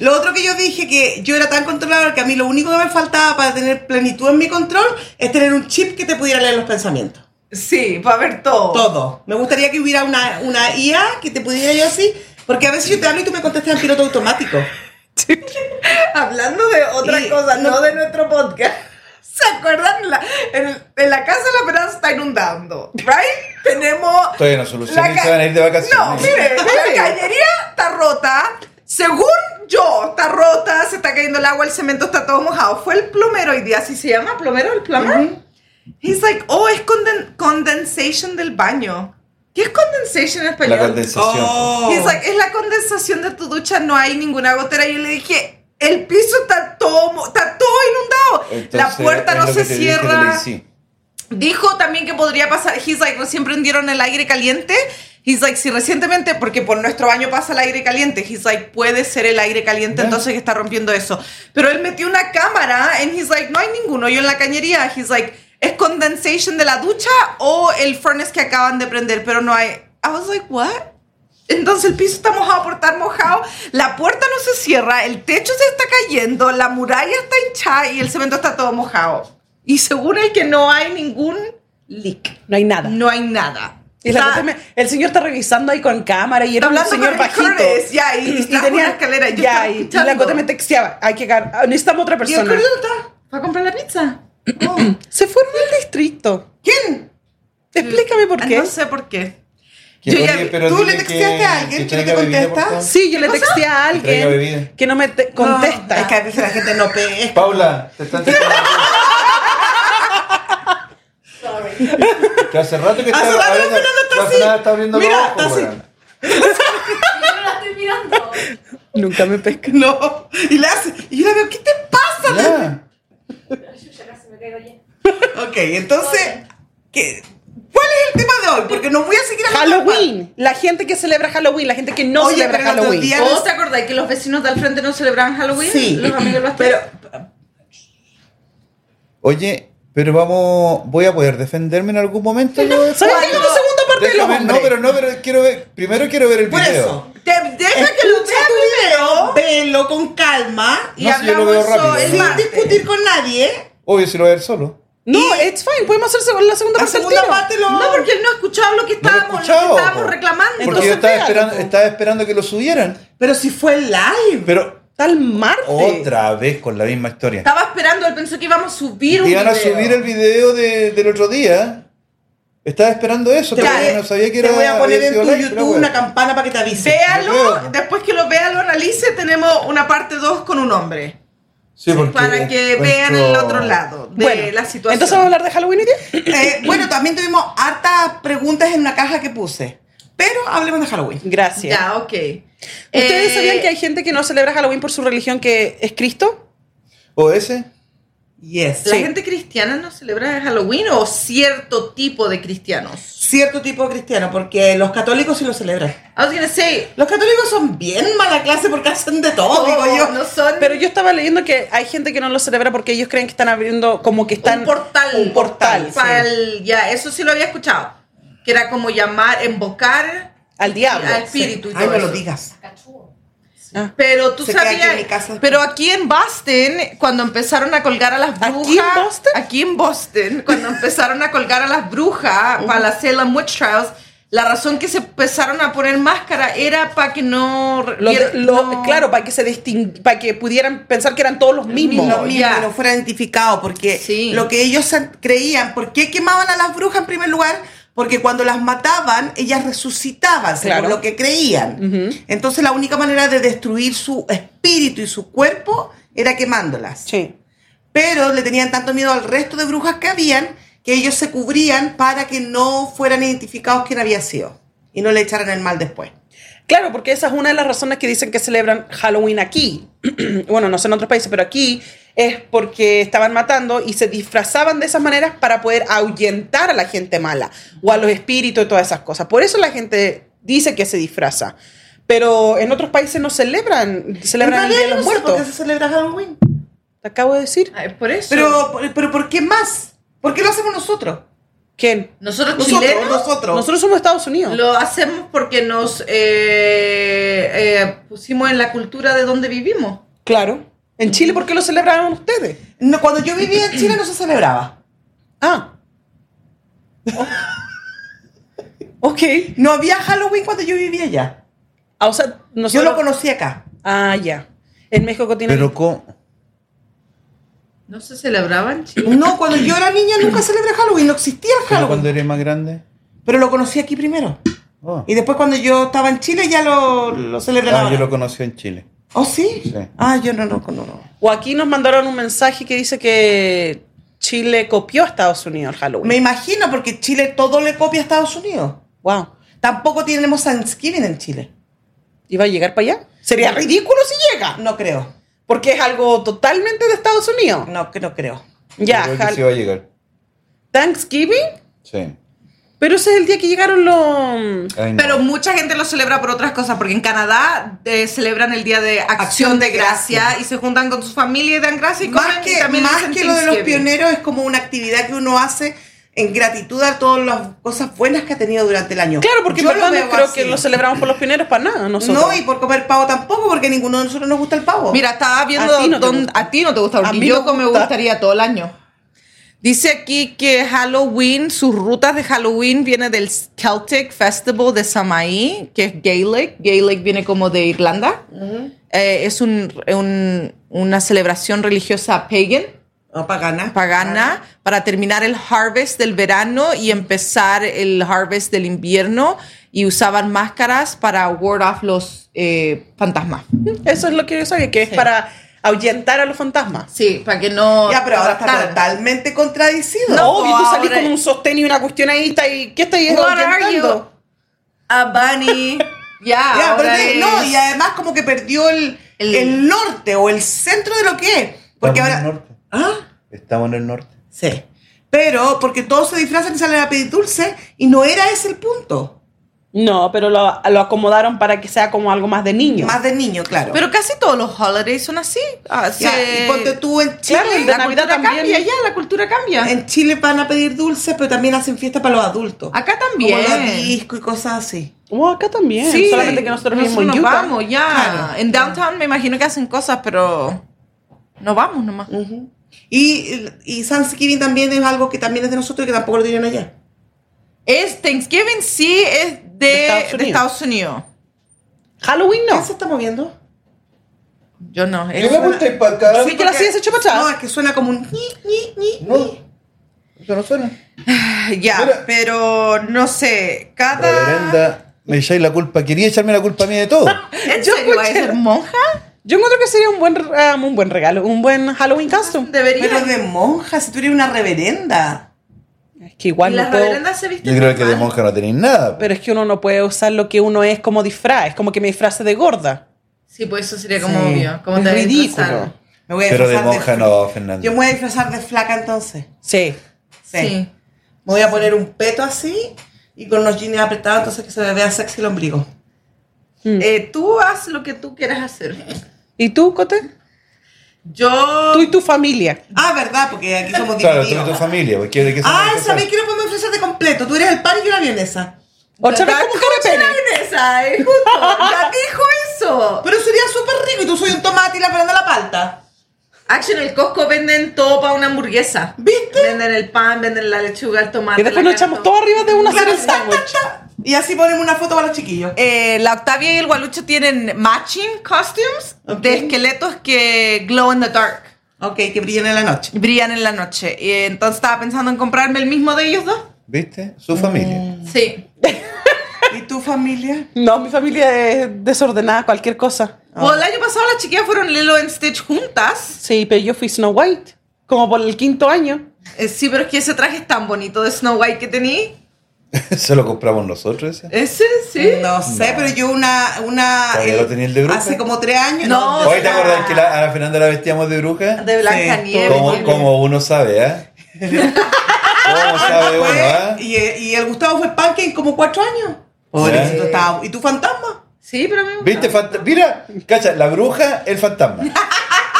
Lo otro que yo dije que yo era tan controlador que a mí lo único que me faltaba para tener plenitud en mi control es tener un chip que te pudiera leer los pensamientos. Sí, para ver todo. Todo. Me gustaría que hubiera una, una IA que te pudiera yo así, porque a veces yo te hablo y tú me contestas en piloto automático. Hablando de otra Y- cosa, no, no- de nuestro podcast. ¿Se acuerdan? La, en, en la casa de la esperanza está inundando, ¿right? Tenemos... Todavía no solucionan la y ca- se van a ir de vacaciones. No, mire, la cañería está rota. Según yo, está rota, se está cayendo el agua, el cemento está todo mojado. Fue el plomero hoy día, así se llama, plomero, el plumber. He's like, oh, es conden- condensation del baño. ¿Qué es condensation en español? Oh. La condensación. He's like, es la condensación de tu ducha, no hay ninguna gotera. Y yo le dije, el piso está todo, mo- está todo inundado. la Entonces, puerta es no lo se que te dije, cierra. Ley, sí. Dijo también que podría pasar, he's like, recién prendieron el aire caliente. He's like, si recientemente, porque por nuestro baño pasa el aire caliente, he's like, puede ser el aire caliente, entonces que está rompiendo eso. Pero él metió una cámara en he's like, no hay ninguno, yo en la cañería, he's like, ¿es condensation de la ducha o el furnace que acaban de prender? Pero no hay. I was like, what? Entonces el piso está mojado por estar mojado, la puerta no se cierra, el techo se está cayendo, la muralla está hinchada y el cemento está todo mojado. Y según él que no hay ningún leak, No hay nada. no hay nada. Y la Está- cosa me- el señor está revisando ahí con cámara y era un Hablando señor con Rick bajito. Curtis, ya, y trajo una escalera, yo ya, estaba y, y la escuchando. cosa me texteaba. Hay que car- ah, necesitamos ¿Y otra el persona. curioso está? ¿Va a comprar la pizza? Se fueron al distrito. ¿Quién? Explícame por qué. Ah, No sé por qué. Que, Yo ya oye, vi- pero ¿tú le dile texteaste que- a alguien que no te traiga bebida, por contesta? favor. sí, yo le cosa? texteé a traiga bebida. alguien que no me Ah, te- contesta. Es que a veces la gente no pesca. Paula, te están Sorry. Que hace rato que está Hace rato abriendo- que Fernando está la así. Fernanda está abriendo Mira, los ojos, está así. weón. no la estoy mirando. Nunca me pesca. No. Y le hace. Y yo le veo, ¿qué te pasa? Ya. Yo casi me caigo ya. Ok, entonces. ¿qué? ¿Cuál es el tema de hoy? Porque no voy a seguir hablando. Halloween. La gente que celebra Halloween, la gente que no Oye, celebra pero el otro Halloween. día- ¿Vos te acordáis que los vecinos de al frente no celebraban Halloween? Sí. Los amigos de los Pero. Oye, pero vamos, voy a poder defenderme en algún momento. yo de- ¿Sabes qué? Como segunda parte de los Déjame- no, hombres. pero no, pero quiero ver, primero quiero ver el Por video. eso. Te deja que lo vea primero. Velo con calma. Y No, si yo lo hablamos veo eso eh, rápido, el ¿no? Sin martes. discutir con nadie. Obvio, si lo voy a ver solo. No, it's fine. Podemos hacer la segunda La parte del segunda tiro. parte lo. No, porque él no escuchaba lo que No lo he estábamos, lo escuchado, que estábamos po. reclamando. Porque Entonces yo estaba pégalo, esperando, po. estaba esperando que lo subieran. Pero si fue live. Pero Tal martes. otra vez con la misma historia. Estaba esperando, él pensó que íbamos a subir un Iban a video. subir el video de- del otro día. Estaba esperando eso, Te pero eh, voy- yo no sabía que te era. voy a poner había en sido tu live, pero YouTube bueno. una campana para que te avise. Yo creo, Véalo, po. después que lo vea, lo analice, tenemos una parte 2 con un hombre. Sí, porque para que encuentro- vean el otro lado de Bueno, la situación. Entonces vamos a hablar de Halloween hoy día. Eh, bueno, también tuvimos hartas preguntas en una caja que puse. Pero hablemos de Halloween. Gracias. Ya, ok. ¿Ustedes Eh, sabían que hay gente que no celebra Halloween por su religión que es Cristo? ¿O ese? Yes. ¿La Sí. gente cristiana no celebra Halloween o cierto tipo de cristianos? Cierto tipo de cristiano, porque los católicos sí lo celebran. I was gonna say, Los católicos son bien mala clase porque hacen de todo, no, digo yo. no son... Pero Oh, yo estaba leyendo que hay gente que no lo celebra porque ellos creen que están abriendo como que están... un portal. Un portal. para sí. el- ya, eso sí lo había escuchado. Que era como llamar, invocar Al diablo. al sí. espíritu. y Ay, todo no lo eso. digas. Cachudo. Ah. Pero tú Se queda sabías. aquí en mi casa. Pero aquí en Boston, cuando empezaron a colgar a las brujas. ¿Aquí en Boston? Aquí en Boston, cuando empezaron a colgar a las brujas para las Salem Witch Trials, la razón que se empezaron a poner máscara era para que no. Lo de- lo- no- Claro, para que se disting- para que pudieran pensar que eran todos los mismos. Lo mismo, ya. que no fuera identificado, porque Sí. lo que ellos san- creían, ¿por qué quemaban a las brujas en primer lugar? Porque cuando las mataban, ellas resucitaban, según Claro. lo que creían. Ujú. Entonces la única manera de destruir su espíritu y su cuerpo era quemándolas. Sí. Pero le tenían tanto miedo al resto de brujas que habían que ellos se cubrían para que no fueran identificados quién había sido y no le echaran el mal después. Claro, porque esa es una de las razones que dicen que celebran Halloween aquí. bueno, no sé en otros países, pero aquí es porque estaban matando y se disfrazaban de esas maneras para poder ahuyentar a la gente mala o a los espíritus y todas esas cosas. Por eso la gente dice que se disfraza. Pero en otros países no celebran, celebran el En realidad Día de yo los no sé por Muertos. qué se celebra Halloween. Te acabo de decir. Ay, por eso. Pero, pero ¿por qué más? ¿Por qué lo hacemos nosotros? ¿Quién? Nosotros, Nosotros, chilenos nosotros. Nosotros somos Estados Unidos. lo hacemos porque nos eh, eh, pusimos en la cultura de donde vivimos. Claro. ¿En Chile por qué lo celebraban ustedes? No, cuando yo vivía en Chile no se celebraba. Ah. Oh. ok. No había Halloween cuando yo vivía allá. Ah, o sea, nosotros... Yo lo conocí acá. Ah, ya. En México tiene... Pero ¿cómo? No se celebraban, chicos. No, cuando yo era niña nunca celebré Halloween, no existía el ¿Pero Halloween. cuando eres más grande? Pero lo conocí aquí primero. Oh. Y después cuando yo estaba en Chile ya lo, lo celebraba. Ah, yo lo conocí en Chile. ¿Oh, sí? Sí. Ah, yo no lo conozco. O aquí nos mandaron un mensaje que dice que Chile copió a Estados Unidos el Halloween. Me imagino porque Chile todo le copia a Estados Unidos. Wow. Tampoco tenemos Thanksgiving en Chile. ¿Iba a llegar para allá? Sería ridículo si llega. No creo. Porque es algo totalmente de Estados Unidos. No, que no creo. Ya, Yo creo que Hal- sí va a llegar. Thanksgiving. Sí. Pero ese es el día que llegaron los... Ay, no. Pero mucha gente lo celebra por otras cosas, porque en Canadá eh, celebran el Día de Acción, Acción de de gracia, Gracia. y se juntan con su familia y dan gracia y Más comen, y que, también más dicen que lo de los Thanksgiving. pioneros es como una actividad que uno hace en gratitud a todas las cosas buenas que ha tenido durante el año. Claro, porque Yo en verdad lo no veo creo así. que lo celebramos por los pioneros para nada. Nosotros. No, y por comer pavo tampoco, porque ninguno de nosotros nos gusta el pavo. Mira, estaba viendo A ti no te dónde- gusta. a ti no te gusta, A porque mí yo no me me gusta. gustaría todo el año. Dice aquí que Halloween, sus rutas de Halloween viene del Celtic Festival de Samaí, que es Gaelic. Gaelic viene como de Irlanda. Eh, es un- un- una celebración religiosa pagan, No, pagana. pagana, para terminar el harvest del verano y empezar el harvest del invierno. Y usaban máscaras para ward off los eh, fantasmas. Eso es lo que yo sabía, que es para ahuyentar a los fantasmas. Sí, para que no... Ya, pero ahora está raptaran. totalmente contradicido. No, Obvio, tú salís ahora- como un sostén y una cuestión ahí, está y ¿qué estáis What are ahuyentando? a bunny. Ya, Ya, ahora porque- es- no, y además como que perdió el, El- el norte o el centro de lo que es. Porque Estamos en el ahora. norte. ¿Ah? Estamos en el norte. Sí. Pero porque todos se disfrazan y salen a pedir dulce y no era ese el punto. No, pero lo, lo acomodaron para que sea como algo más de niño. Más de niño, claro. Pero casi todos los holidays son así. Ah, Ya, se- y ponte tú en Chile. Claro, el de la Navidad cultura también. cambia, ya, la cultura cambia. En Chile van a pedir dulce, pero también hacen fiesta para los adultos. Ah, Acá Como también. los discos y cosas así. Oh, acá también. Sí, Solamente que nosotros vivimos en nos Utah. vamos, ya. Claro. En downtown me imagino que hacen cosas, pero no vamos nomás. Y, y Thanksgiving también es algo que también es de nosotros y que tampoco lo tienen allá. Es Thanksgiving sí es de, De Estados de Unidos. Estados Unidos. Halloween ¿Qué no. se está moviendo? Yo no. es- Yo me apunté para acá. Sí, que la sigues hecho para atrás. No, es que suena como un ñi, ñi, ñi, ñi. No. Eso no suena. Ya, Mira. pero no sé. Cada. Reverenda, me echáis la culpa. Quería echarme la culpa a mí de todo. ¿En Yo serio? ¿Vas a escuché- ser monja? Yo encuentro que sería un buen, re- um, un buen regalo, un buen Halloween costume. Debería. Pero de monja, si tú eres una reverenda. Es que igual Y no las puedo... reverendas se visten Yo creo que de normal. monja no tenéis nada. Pero es que uno no puede usar lo que uno es como disfraz. Es como que me disfrace de gorda. Sí, pues eso sería como Sí. obvio. Como Es te ridículo. disfrazar. Me voy a Pero de disfrazar monja fl- no, Fernando. Yo me voy a disfrazar de flaca entonces. Sí. Sí. Sí. Me voy a poner un peto así y con los jeans apretados entonces que se me vea sexy el ombligo. Eh, tú haz lo que tú quieras hacer. ¿Y tú, Cote? Yo. Tú y tu familia. Ah, verdad, porque aquí somos Claro, tú y divididos. tu familia. Pues, ¿de qué se van a Ah, casar? ¿sabes que no podemos disfrazarte completo? Tú eres el pan y yo la vienesa. Otra vez ¿Verdad? como carapene. Escuchen esa, eh, justo. Ya dijo eso. Pero sería súper rico y tú soy un tomate y la Fernanda la palta. Action, el Costco venden todo para una hamburguesa. ¿Viste? Venden el pan, venden la lechuga, el tomate. Y después la nos echamos carne. todo arriba de una Claro, cena ta, de ta, sándwich. ta. Y así ponemos una foto para los chiquillos. Eh, la Octavia y el Gualucho tienen matching costumes de esqueletos que glow in the dark. Ok, que brillen en la noche. Brillan en la noche. Y entonces estaba pensando en comprarme el mismo de ellos dos. ¿Viste? Su Mm. familia. Sí. ¿Y tu familia? No, mi familia es desordenada, cualquier cosa. O el año pasado las chiquillas fueron Lilo and Stitch juntas. Sí, pero yo fui Snow White. Como por el quinto año. Eh, sí, pero es que ese traje es tan bonito de Snow White que tení. ¿Se lo compramos nosotros ese? ¿Ese? ¿Sí? No sé, pero yo una... una eh, ¿Todavía lo tenía el de bruja? Hace como tres años. No, de- ¿Hoy te sea- acordás que la- a la Fernanda la vestíamos de bruja? De Blanca Nieve. Como, como uno sabe, ¿ah? ¿Cómo sabe uno, Fue- ah? pues, y, y el Gustavo fue Panque como cuatro años. Pobrecito estaba. ¿Y tu fantasma? Sí, pero me gusta. ¿Viste? Fant- Mira, cacha, la bruja, el fantasma.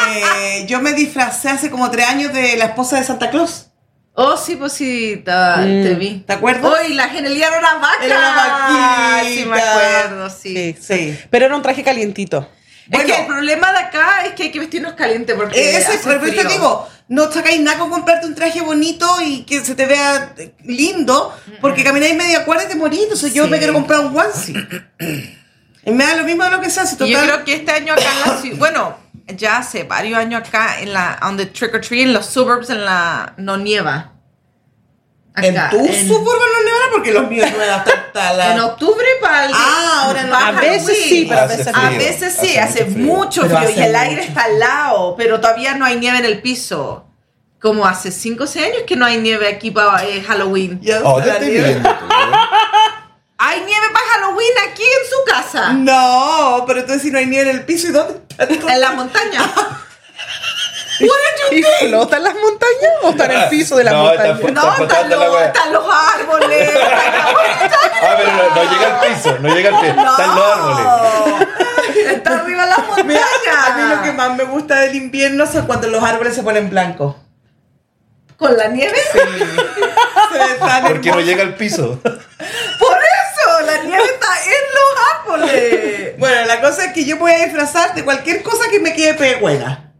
Eh, yo me disfracé hace como tres años de la esposa de Santa Claus. Oh, sí, pues sí, estaba- Mm. te vi. ¿Te acuerdas? Hoy la genialidad era una vaca. Era una vaquita. Sí, me acuerdo, sí. Sí, sí. Sí. Pero era un traje calientito. Es Bueno. Eh, que el problema de acá es que hay que vestirnos caliente porque Ese es hace por eso te frío. digo, no sacáis nada con comprarte un traje bonito y que se te vea eh, lindo, porque camináis media cuadra y te morís. Entonces yo Sí. me quiero comprar un onesie. Y me da lo mismo de lo que sea, si Y Yo total. creo que este año acá en la ciudad, bueno, ya hace varios años acá en la, on the trick or treat, en los suburbs, en la, no nieva. en tu suburban no nevara porque los míos no eran hasta la. En octubre para el... Ah, ahora no. para A veces Halloween. sí, pero a Hace veces A no. frío. veces sí, hace, Hace mucho mucho frío, Pero y hace el aire mucho. está al lado, pero todavía no hay nieve en el piso. Como hace 5 o 6 años que no hay nieve aquí para eh, Halloween. Ya Oh, te la estoy nieve. viendo tú. ¿eh? Hay nieve para Halloween aquí en su casa, No, pero entonces si no hay nieve en el piso, ¿y dónde está todo? en la montaña. ¿Y flotan las montañas o está en el piso de las No, está montañas? fu- No, están flotando la los, wea. están los árboles. Ah, pero no, no llega al piso, no llega al piso. Están los árboles. Está arriba la montaña. Mira, a mí lo que más me gusta del invierno son cuando los árboles se ponen blancos. ¿Con la nieve? Se ven tan Porque no hermosos. llega al piso. Por eso, la nieve está en los árboles. Bueno, la cosa es que yo voy a disfrazar de cualquier cosa que me quede pegüena.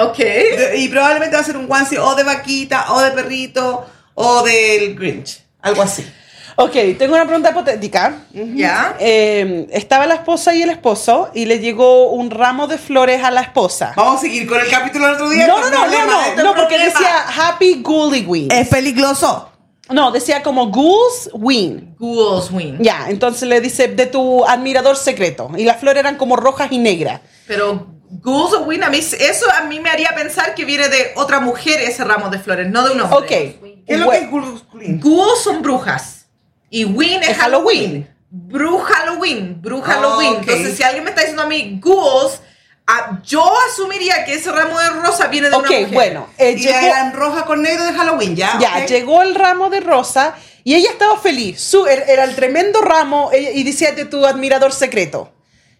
Ok. De- Y probablemente va a ser un guancio o de vaquita, o de perrito, o del Grinch. Algo así. Ok, tengo una pregunta hipotética. Ya. Eh, estaba la esposa y el esposo y le llegó un ramo de flores a la esposa. Vamos a seguir con el capítulo del otro día. No, no, Con este no, no, problema, no, esto es no, porque problema. decía Happy Gullyween. Es peligroso. No, decía como Ghouls Win. Ghouls win. Ya, entonces le dice de tu admirador secreto. Y las flores eran como rojas y negras. Pero ghouls win, a mí, eso a mí me haría pensar que viene de otra mujer ese ramo de flores, no de un Ok. hombre. ¿Qué es lo que Hue- es Grinch? Ghouls son brujas. Y win es, Es Halloween. Halloween. Bruja Halloween. Bruja Ah, Halloween. ok. Entonces, si alguien me está diciendo a mí ghouls, ah, yo asumiría que ese ramo de rosa viene de Ok, una mujer. bueno. eh, Y la llegó, gran roja con negro de Halloween, ¿ya? ya, ok. llegó el ramo de rosa y ella estaba feliz. Su, er- era el tremendo ramo ella- y decía de tu admirador secreto.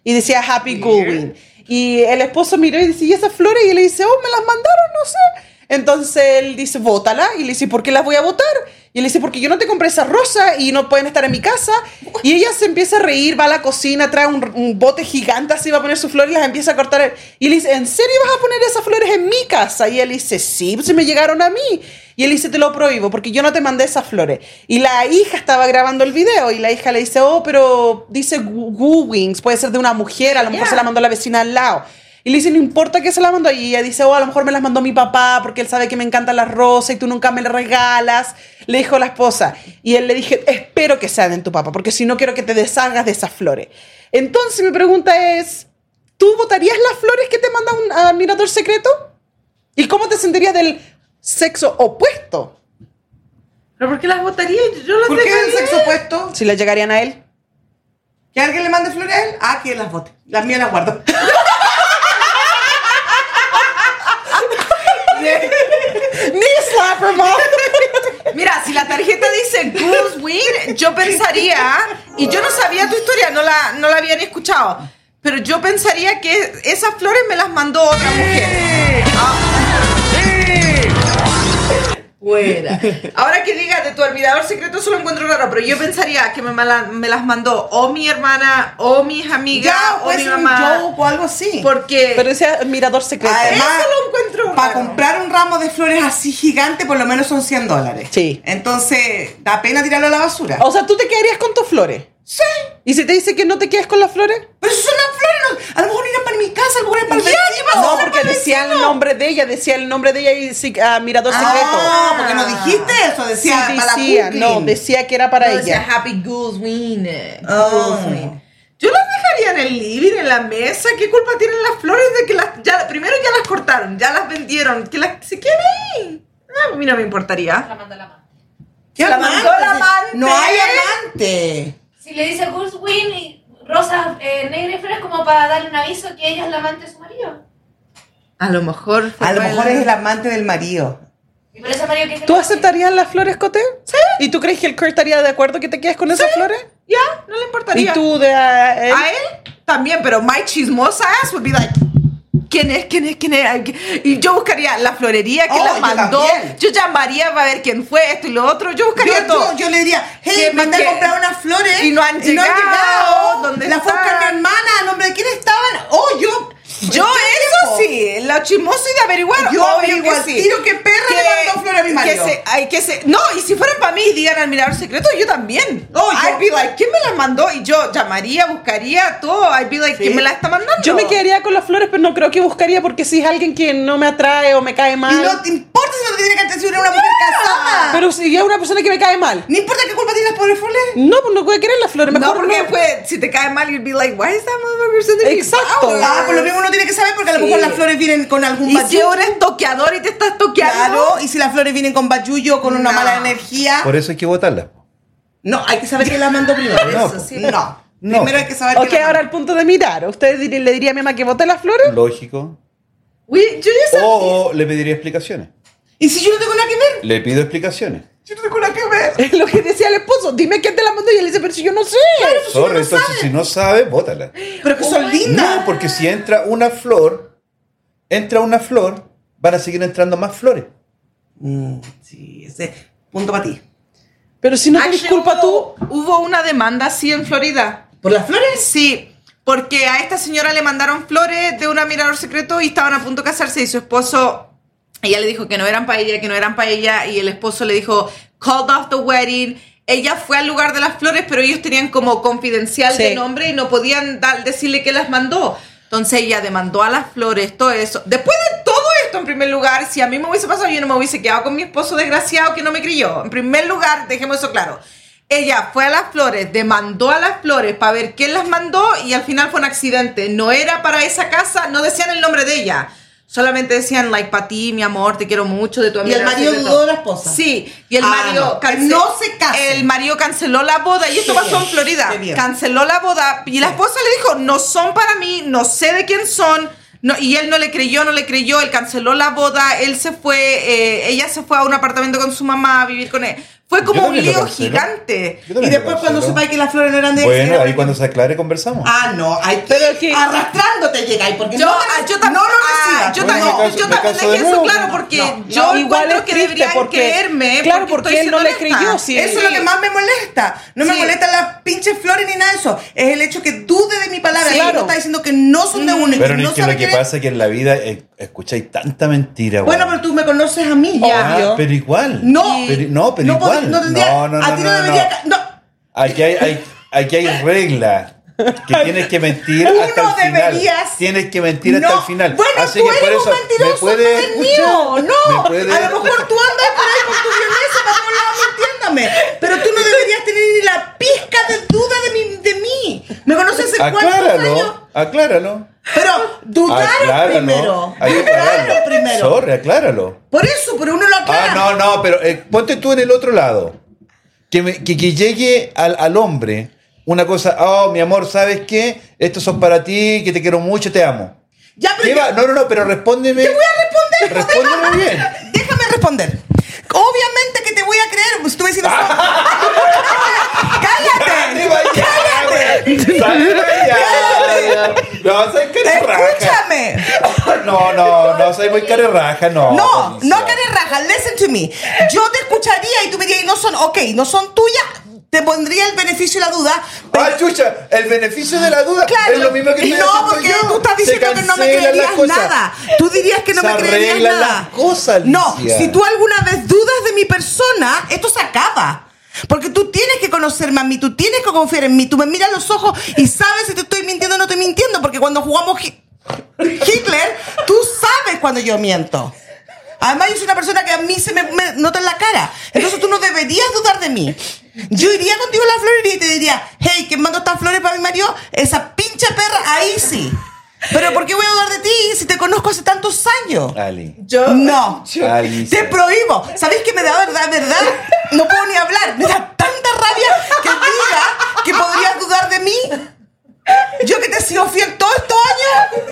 Y decía Happy Gullywin. Y el esposo miró y dice, ¿y esas flores? Y le dice, oh, me las mandaron, no sé. Entonces él dice, bótala. Y le dice, ¿por qué las voy a votar? Y él dice, porque yo no te compré esas rosas y no pueden estar en mi casa. Y ella se empieza a reír, va a la cocina, trae un, un bote gigante así, va a poner sus flores y las empieza a cortar. Y le dice, ¿en serio vas a poner esas flores en mi casa? Y él dice, sí, pues, se me llegaron a mí. Y él dice, te lo prohíbo porque yo no te mandé esas flores. Y la hija estaba grabando el video y la hija le dice, oh, pero dice Gu- Gu Wings, puede ser de una mujer, a lo mejor Yeah. se la mandó la vecina al lado. Y le dice, no importa que se la mandó. Y ella dice, oh, a lo mejor me las mandó mi papá porque él sabe que me encantan las rosas y tú nunca me las regalas. Le dijo la esposa. Y él le dije, espero que sean de tu papá porque si no quiero que te deshagas de esas flores. Entonces mi pregunta es, ¿tú votarías las flores que te manda un admirador secreto? ¿Y cómo te sentirías del sexo opuesto? ¿Pero por qué las votaría? Yo las ¿Por qué dejaría. el sexo opuesto? Si le llegarían a él. ¿Que alguien le mande flores a él? Ah, que las bote. Las mías las guardo. Knee slapper, mom. Mira, si la tarjeta dice Goose Win, yo pensaría, y yo no sabía tu historia, no la, no la había ni escuchado, pero yo pensaría que esas flores me las mandó otra mujer. Ah. Buena. Ahora que digas de tu admirador secreto, eso lo encuentro raro, pero yo pensaría que me, mala- me las mandó o mi hermana, o mis amigas, ya, o pues mi un mamá. joke o algo así. Porque Pero ese admirador secreto. Además, eso lo encuentro Para raro. comprar un ramo de flores así gigante, por lo menos son 100 dólares. Sí. Entonces, da pena tirarlo a la basura. O sea, tú te quedarías con tus flores. Sí. ¿Y si te dice que no te quedas con las flores? Pero si son las flores, no- a lo mejor irán para mi casa, a lo mejor irán para el vecino. No, porque decía el nombre de ella, decía el nombre de ella y sí, ah, mirador Ah, secreto. porque no dijiste eso, Sí, decía para decía, no, decía que era para No, decía ella. Happy Ghouls Win. eh, Oh. Ghouls Win. Yo las dejaría en el living, en la mesa. ¿Qué culpa tienen las flores de que las... Ya, primero ya las cortaron, ya las vendieron. Que las se queden ahí. Ah, A mí no me importaría. La manda la mano. ¿Qué La amante? mandó la amante. No hay amante. Si le dice Gus Win y rosas eh, negras y flores como para darle un aviso que ella es la amante de su marido. A lo mejor... fue A lo para mejor la- es el amante del marido. Y por eso marido que es el ¿Tú amante. aceptarías las flores, Cote? Sí. ¿Y tú crees que el Kurt estaría de acuerdo que te quedes con esas flores? Ya, no le importaría. ¿Y tú de ah, él? A él también, pero my chismosa ass would be like... ¿Quién es? ¿Quién es? ¿Quién es? Ay, que- Y yo buscaría la florería que Oh, la yo mandó. también. Yo, llamaría para ver quién fue, esto y lo otro. Yo Yo, buscaría todo. yo- yo le diría, hey, Que me mandé que- a comprar unas flores. y no han llegado, ¿dónde la fue a buscar están? mi hermana, a nombre de quién estaban. Oh, yo. Yo eso sí, lo chismoso y de averiguar. Yo obvio averiguo al que sí. tiro que perra le mandó flor a mi marido. Que se, ay, que se, no, y si fueran para mí y digan al mirador secreto, yo también. Oh, yo- I'd be like, ¿quién me las mandó? Y yo llamaría, buscaría todo. I'd be like, Sí. ¿quién me la está mandando? Yo me quedaría con las flores, pero no creo que buscaría porque si es alguien que no me atrae o me cae Y mal. no te importa si no te tiene que atención una mujer casada. Pero si es una persona que me cae mal. No importa qué culpa tiene las pobres flores. No, pues no voy a querer las flores. No, Mejor porque no. después, si te cae mal, you'd be like, why is that motherfucker sending me Exacto. flowers? Ah, por lo mismo uno tiene que saber porque a lo Sí. mejor las flores vienen con algún Y si bayullo. eres toqueador y te estás toqueando. Claro, y si las flores vienen con bayullo, con una No. mala energía. Por eso hay que votarla. No, hay que saber quién las mandó primero. No, Eso sí. pues. No. No. Primero hay que saber Ok, quién las ahora el punto de mirar. ¿Usted dir- le diría a mi mamá que vote las flores? Oh. Lógico. We- Mm. yo ya sab- O le pediría explicaciones. mandó. Y si yo no tengo nada que ver, Le pido explicaciones. yo no tengo nada que ver. Es lo que decía el esposo. Dime quién te la mandó. Y él dice, pero si yo no sé. pues, Sorry, entonces si no sabes, bótala. Pero Oh que son lindas. No, porque si entra una flor, entra una flor, van a seguir entrando más flores. Mm, sí, ese punto para ti. Pero si no tienes Actually, culpa tú. hubo- Hubo una demanda así en Florida. ¿Por las flores? Sí, porque a esta señora le mandaron flores de una mirador secreto y estaban a punto de casarse y su esposo, ella le dijo que no eran para ella, que no eran para ella y el esposo le dijo, called off the wedding. Ella fue al lugar de las flores, pero ellos tenían como confidencial Sí. de nombre y no podían dar- decirle que las mandó. Entonces ella demandó a las flores, todo eso. Después de todo esto, en primer lugar, si a mí me hubiese pasado, yo no me hubiese quedado con mi esposo desgraciado que no me crió. En primer lugar, dejemos eso claro. Ella fue a las flores, demandó a las flores para ver quién las mandó y al final fue un accidente. No era para esa casa, no decían el nombre de ella. Solamente decían, like, para ti, mi amor, te quiero mucho, de tu amiga. el marido secreto". dudó de la esposa. Sí, y el Ah, marido... no. cance- No se casen. El marido canceló la boda y esto Qué pasó en bien, Florida. qué bien. Canceló la boda y la esposa le dijo, no son para mí, no sé de quién son. No, y él no le creyó, no le creyó, él canceló la boda, él se fue, eh, ella se fue a un apartamento con su mamá a vivir con él. Fue como un también lo lío cancelo. gigante. Yo Y también después lo cuando cancelo. sepáis que las flores no eran de Bueno, ese- ahí cuando se aclare conversamos. Ah, no, hay Pero que que- arrastrándote llegáis porque Yo, no, ah, yo también, no lo ah, recibas. yo Bueno, también, me caso- yo me también caso de dejé eso nuevo. claro No, porque no, yo no, igual encuentro es que triste deberían porque- creerme. claro, porque estoy él no siendo le creyó, sí. honesta. Eso es lo que más me molesta. No me Sí. molestan las pinches flores ni nada de eso. Es el hecho que dude de mi palabra. Sí, Claro. claro. está diciendo que no son Mm. de uno. y Pero que no no es que lo sabe que quién es. pasa es que en la vida eh, escucháis tanta mentira. Bueno, weón. pero tú me conoces a mí. Ah, obvio. pero igual. No. Pero, no, pero no pod- igual. No tendría, no, no, no, a ti no, no, no. debería. ca- No. Aquí hay, hay- aquí hay reglas. Que tienes que mentir Uno hasta el final. deberías- Tienes que mentir hasta No. el final. Bueno, Así tú que por eres eso un mentiroso, me no puedes eres mío. No. Me puede- A lo mejor tú andas por ahí con tu violencia para todos lados, entiéndame. Pero tú no deberías tener ni la pizca de duda de, mi, de mí. Me conoces hace cuántos años. Acláralo, acláralo. Pero dudaron primero. Acláralo. Hay que Dudaron aclararlo. primero. Sorry, acláralo. Por eso, pero uno lo aclara. Ah, no, no, pero eh, ponte tú en el otro lado. Que, me- que, que llegue al, al hombre una cosa, oh, mi amor, ¿sabes qué? Estos son para ti, que te quiero mucho, te amo. Ya, pero Lleva- yo- no, no, no, pero respóndeme. Te voy a responder. Respóndeme bien. déjame responder. Obviamente que te voy a creer, pues tú me diciendo. ¡Cállate! Te Ah. vaya, güey. Vaya, güey. No, soy carerraja. Escúchame. No, no, no, soy muy carerraja, no. No, no Alicia. querés raja, listen to me. Yo te escucharía y tú me dirías, no son, ok, no son tuyas, te pondría el beneficio y la duda. pero- Ah, chucha, el beneficio de la duda Claro, es lo mismo que estoy no, haciendo porque yo. tú estás Se diciendo que no me cancelan las creerías cosas. nada. Tú dirías que no Se me creerías arreglan nada. las cosas, no, Alicia. si tú alguna vez dudas de mi persona, esto se acaba. Porque tú tienes que conocerme a mí, tú tienes que confiar en mí, tú me miras a los ojos y sabes si te estoy mintiendo o no te mintiendo, porque cuando jugamos Hi- Hitler, tú sabes cuando yo miento. Además, yo soy una persona que a mí se me, me nota en la cara. Entonces tú no deberías dudar de mí. Yo iría contigo a la florería y te diría, hey, ¿quién mandó estas flores para mi marido? Esa pinche perra, ahí sí. Pero ¿por qué voy a dudar de ti si te conozco hace tantos años? Ali. Yo- no. Alicia. Te prohíbo. ¿Sabéis que me da verdad, verdad? No puedo ni hablar. Me da tanta rabia que diga que podrías dudar de mí. Yo que te he sido fiel todos estos años.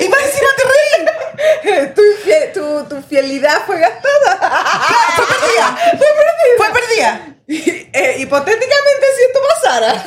Y más encima te reí. tu, fie- tu- tu fielidad fue gastada. Claro, fue perdida. Fue perdida. Eh, hipotéticamente si esto pasara.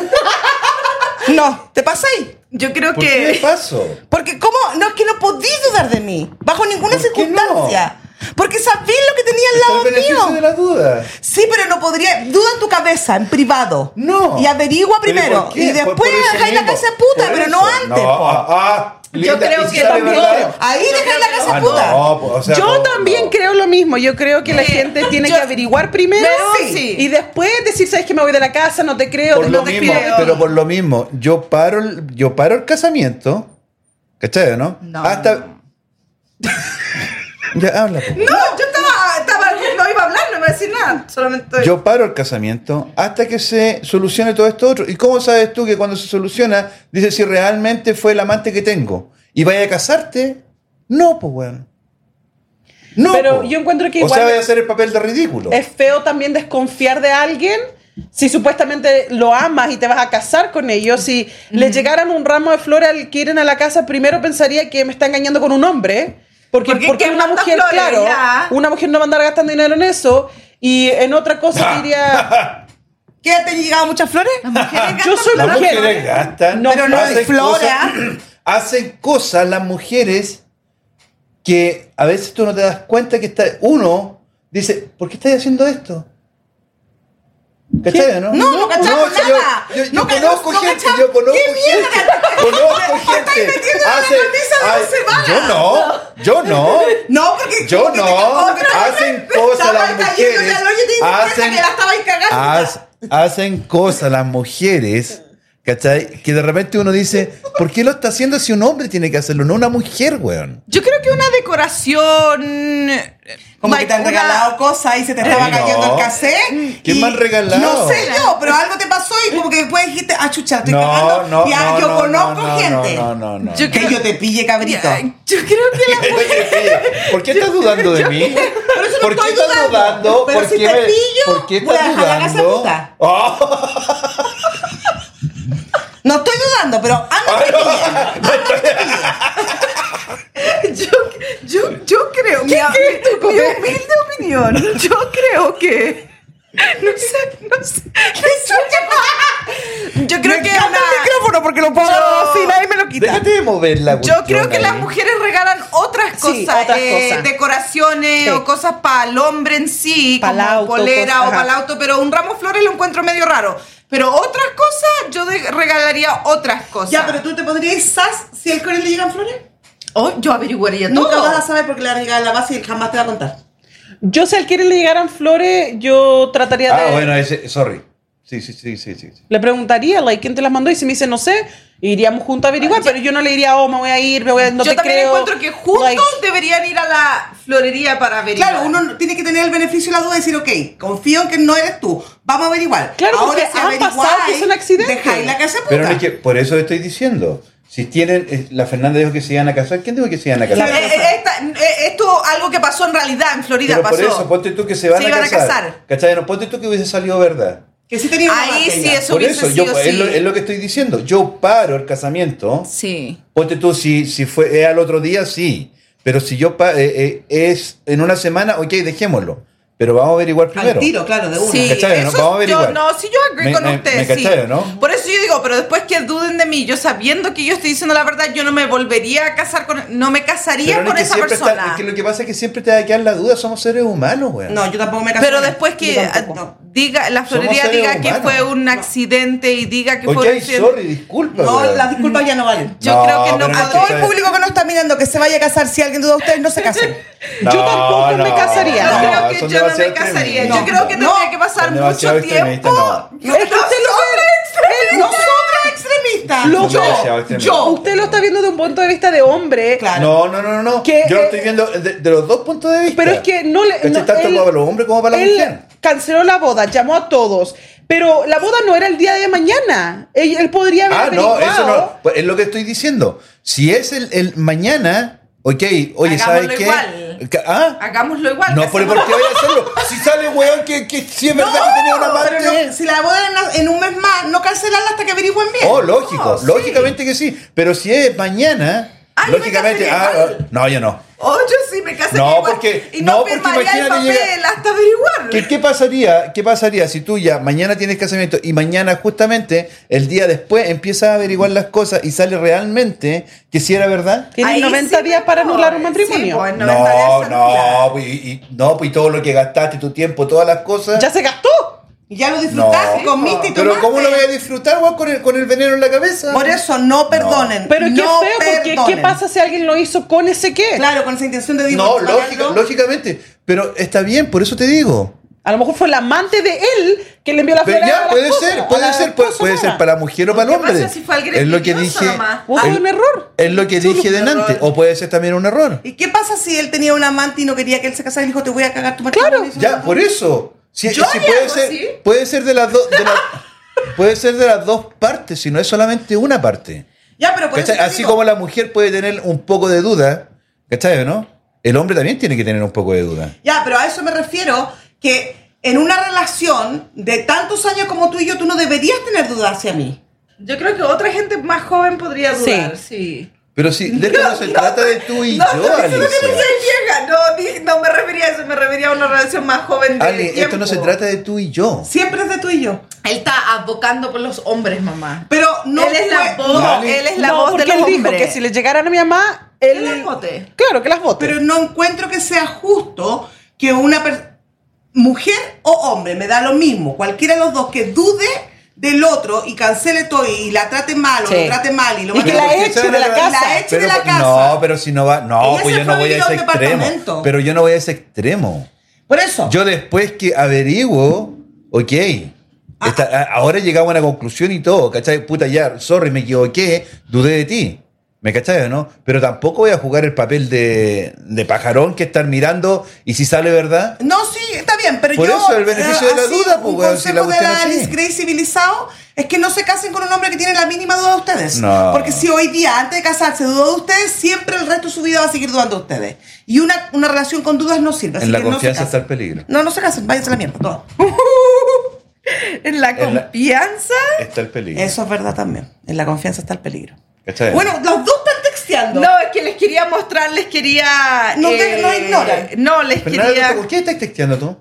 No, te pasáis. Yo creo ¿Por qué que. me paso? Porque cómo, no es que no podí dudar de mí, bajo ninguna ¿Por qué no? circunstancia. Porque sabía lo que tenía Está el al beneficio lado de mío. la duda. Sí, pero no podría, duda en tu cabeza, en privado. No. Y averigua ¿Pero primero. por qué? Pues, Y Por- después por eso dejáis la mismo. casa en puta, Por pero no eso. antes. No, po. ah, ah, Yo linda, creo ¿y si que sale también- verdad? Ahí dejáis la casa Ah, en puta. no, po, o sea, yo no, también no. creo lo mismo. Yo creo que la gente tiene que averiguar primero Pero Eh, sí. y después decir, sabes que me voy de la casa, no te creo, por no lo te mismo, creo. pero por lo mismo, yo paro, el- yo paro el casamiento, ¿cachai, no? No. Hasta... ya habla. po. No, yo estaba, estaba. No iba a hablar, no iba a decir nada. Solamente. Yo paro el casamiento hasta que se solucione todo esto otro. ¿Y cómo sabes tú que cuando se soluciona, dices si realmente fue el amante que tengo? ¿Y vaya a casarte? No, pues, weón. No, Pero po. yo encuentro que O igual- sea, vaya a hacer el papel de ridículo. Es feo también desconfiar de alguien si supuestamente lo amas y te vas a casar con ellos. Si le llegaran un ramo de flores al que iren a la casa, primero pensaría que me está engañando con un hombre. Porque, Porque porque ¿quién una manda mujer, flores, claro, ya? una mujer no va a andar gastando dinero en eso. Y en otra Ah. cosa diría, ¿Qué te llegado muchas flores? yo soy Las mujer. mujeres gastan, No, Pero no hacen explora. cosas- hacen cosas las mujeres que a veces tú no te das cuenta que está. Uno dice, ¿por qué estás haciendo esto? ¿Cachai, no? No, no cachamos si nada. Yo, yo- yo No ca- conozco no gente, cachamos- yo conozco ¿Qué mierda? gente. Conozco gente. Hace- ay, yo no, yo no. No, porque Yo porque te- no. otra vez Hacen cosas estaba las cayendo mujeres. al hoyo y te diste cuenta Hacen- Ah. que la estabais cagando. Haz- hacen cosas las mujeres, ¿cachai? Que de repente uno dice, ¿por qué lo está haciendo si un hombre tiene que hacerlo, no una mujer, weón? Yo creo que una decoración. Como que like, te han una- regalado cosas y se te estaba Ay, no. cayendo el cassette. ¿Qué y- me han regalado? No sé yo, pero algo te pasó y como que después dijiste, ah, chucha, estoy cagando. y ah, yo conozco no, no, gente. No, no, no. Yo- Que yo te pille, cabrito. Yo creo que la ¿Por qué estás dudando de mí? ¿Por estoy qué estás dudando. dudando? Pero ¿Por si qué te me- pillo, ¿Por qué voy a estás dejar la casa dudando? puta. Oh, No estoy dudando, pero anda que te pille. Yo, yo, yo creo, mi, mi humilde opinión, yo creo que. No sé, no sé. yo creo que. encanta una- el micrófono porque lo puedo Yo- así, nadie me lo quita. déjate de mover la yo creo que cuestión las ahí. mujeres regalan otras cosas, Sí, otras eh, cosas. decoraciones Sí. o cosas para el hombre en sí, Pa'l como auto, polera cosas, o para el ajá. auto, pero un ramo de flores lo encuentro medio raro. Pero otras cosas, yo de- regalaría otras cosas. Ya, pero tú te pondrías sas si al Corel le llegan flores. Oh, yo averiguaría Nunca todo. vas a saber porque le van a llegar a la base y él jamás te va a contar. Yo si al quieren le llegaran flores, yo trataría de... Ah, bueno, ese, sorry. Sí, sí, sí, sí, sí. sí. Le preguntaría, like, ¿quién te las mandó? Y si me dice, no sé, iríamos juntos a averiguar, pero yo no le diría, oh, me voy a ir, me voy a... No yo te también creo. encuentro que juntos Like, deberían ir a la florería para averiguar. Claro, uno tiene que tener el beneficio de la duda y decir, ok, confío en que no eres tú. Vamos a averiguar. Claro, porque han averiguáis, pasado que son accidentes. Dejáis la casa puta. Pero no es que, por eso estoy diciendo. Si tienen, eh, la Fernanda dijo que se iban a casar, ¿quién dijo que se iban a Eh, casar? eh, esta- eh, esto algo que pasó en realidad en Florida Pero por pasó. eso, ponte tú que se van, Se a, iban a casar, casar. ¿Cachai? No, ponte tú que hubiese salido verdad. Que sí tenía una Ahí marca sí ya. es- Eso por hubiese eso, yo, sido es, lo, sí. es lo que estoy diciendo. Yo paro el casamiento. Sí. Ponte tú, si, si fue es al otro día, sí. Pero si yo pa- eh, eh, es en una semana, ok, dejémoslo. Pero vamos a averiguar primero. Al tiro, claro, de una. Sí, ¿Cachai, no? eso Vamos a averiguar. yo no, si yo agree Me- con me- ustedes, me sí. cachai, ¿no? Por eso yo digo, pero después que duden de mí, yo sabiendo que yo estoy diciendo la verdad, yo no me volvería a casar con, no me casaría Pero no, con es que esa siempre está- persona. es que lo que pasa es que siempre te va a quedar la duda, somos seres humanos, weón. No, yo tampoco me casé. pero con él. después que Yo ah, tampoco. diga la Somos florería seres diga que humanos. fue un accidente y diga que fue un ok, accidente. sorry, disculpa. No, weón. las disculpas ya no valen. Yo No, creo que no pero puedo- es que Todo Sí. el público que nos está mirando que se vaya a casar, si alguien duda de ustedes, no se casen. Yo tampoco me casaría. Yo No, creo que yo no me casaría. Yo creo que tendría que pasar Son mucho demasiado tiempo. extremistas, no. No, Es que usted lo extremistas. extremista. Lo- Son demasiado yo, extremistas. yo, usted lo está viendo de un punto de vista de hombre, Claro. No, no, no, no, no. Que, yo lo eh, estoy viendo de, de los dos puntos de vista. pero es que no le... ¿Cachai? no, Este Tanto él- para los hombres como para la él mujer. canceló la boda, llamó a todos, pero la boda no era el día de mañana. Él, él podría haber Ah, no, eso averiguado. no. Pues Es lo que estoy diciendo. Si es el, el mañana, ok, oye, Hagámoslo ¿sabes qué? igual. Ca- ¿Ah? Hagámoslo igual. No, pero ¿por qué voy a hacerlo? Si sale weón que, que si es verdad que tenía una Pero parte. no, si la boda en, la- en un mes más, no cancelarla hasta que averigüen bien. Oh, lógico, lógicamente que sí. Pero si es mañana, Ah, yo me lógicamente. casé Ah, igual. ah, no, yo no. Oh, yo sí me casé No, igual. porque- y no, no, porque firmaría el imagínate papel llegar- hasta averiguarlo. ¿Qué, qué pasaría, ¿Qué pasaría si tú ya mañana tienes casamiento y mañana justamente el día después empiezas a averiguar las cosas y sale realmente que si era verdad? Tienes Ahí 90 sí, días para no, eh, anular un sí, matrimonio. pues, No, 90 días se anula. no, pues, y, y- no, pues y todo lo que gastaste, tu tiempo, todas las cosas. pues. ya se gastó. Y ya lo disfrutaste, No. comiste y tomaste. Pero ¿cómo lo voy a disfrutar, weón, con el, con el veneno en la cabeza? Por eso no perdonen. Pero qué no feo, porque ¿qué perdonen. pasa si alguien lo hizo con ese qué? Claro, con esa intención de No, divorciarlo. lógica- lógicamente. Pero está bien, por eso te digo. A lo mejor fue el amante de él que le envió la Pero flor a ya, Ah, la puede esposa, ser, a puede la ser, puede, esposa puede nueva. ser para mujer o para ¿Qué pasa hombre. si fue alguien es lo que envidioso dije. nomás? O fue es- un error. Es lo que Solo dije un delante. error. O puede ser también un error. ¿Y qué pasa si él tenía un amante y no quería que él se casara y le dijo, te voy a cagar tu matrimonio? Claro. Y eso Ya, no- por eso. Si, Yo si haría puede algo ser, así. puede ser de las dos. de las- puede ser de las dos partes, si no es solamente una parte. Ya, pero por eso ¿Cachai? te Así digo, como la mujer puede tener un poco de duda, ¿cachai? o ¿No? El hombre también tiene que tener un poco de duda. Ya, pero a eso me refiero que en una relación de tantos años como tú y yo, tú no deberías tener duda hacia mí. Yo creo que otra gente más joven podría dudar, sí. Pero si de esto no se trata de tú y No, yo, no, eso no Alicia. tiene que ser vieja. No, dije- no me refería a eso, me refería a una relación más joven de Ali, esto no tiempo. se trata de tú y yo. Siempre es de tú y yo. Él está abocando por los hombres, mamá. Pero no él es la fue- voz, no, Ali. él es la no, voz porque de los él dijo hombres. que si le llegaran a mi mamá, él... Que las vote. Claro, que las vote. pero no encuentro que sea justo que una per- mujer o hombre, me da lo mismo, cualquiera de los dos que dude del otro y cancele todo y la trate mal o Sí. lo trate mal y lo Y mande que a la la- Porque eche esa de era la casa. La eche de la Pero- casa. No, pero si no va, no, Ella pues se yo no fue a voy a vivir a ese un extremo. departamento. Pero yo no voy a ese extremo. Por eso. e- Yo después que averiguo, ok, Ah. está- a- ahora llegamos a una conclusión y todo, ¿cachai? Puta, ya, sorry, me equivoqué, dudé de ti. ¿Me cachai o no? Pero tampoco voy a jugar el papel de, de pajarón que están mirando y si sale verdad. No, sí, está bien, pero Por yo... eso, el beneficio de la así, duda, pues, Un weón, si la consejo de cuestión la es así. Alice Grey civilizado es que no se casen con un hombre que tiene la mínima duda de ustedes. No. Porque si hoy día, antes de casarse, dudó de ustedes, siempre el resto de su vida va a seguir dudando de ustedes. Y una, una relación con dudas no sirve. así en la que no se confianza está casen. el peligro. No, no se casen, váyanse a la mierda, todo. En la En la- confianza. Está el peligro. Eso es verdad también. En la confianza está el peligro. ¿Cachai? Bueno, los dos están texteando. No, es que les quería mostrar, les quería. eh, No te- no ignoran. No, les Fernanda, quería. ¿por qué estás texteando tú?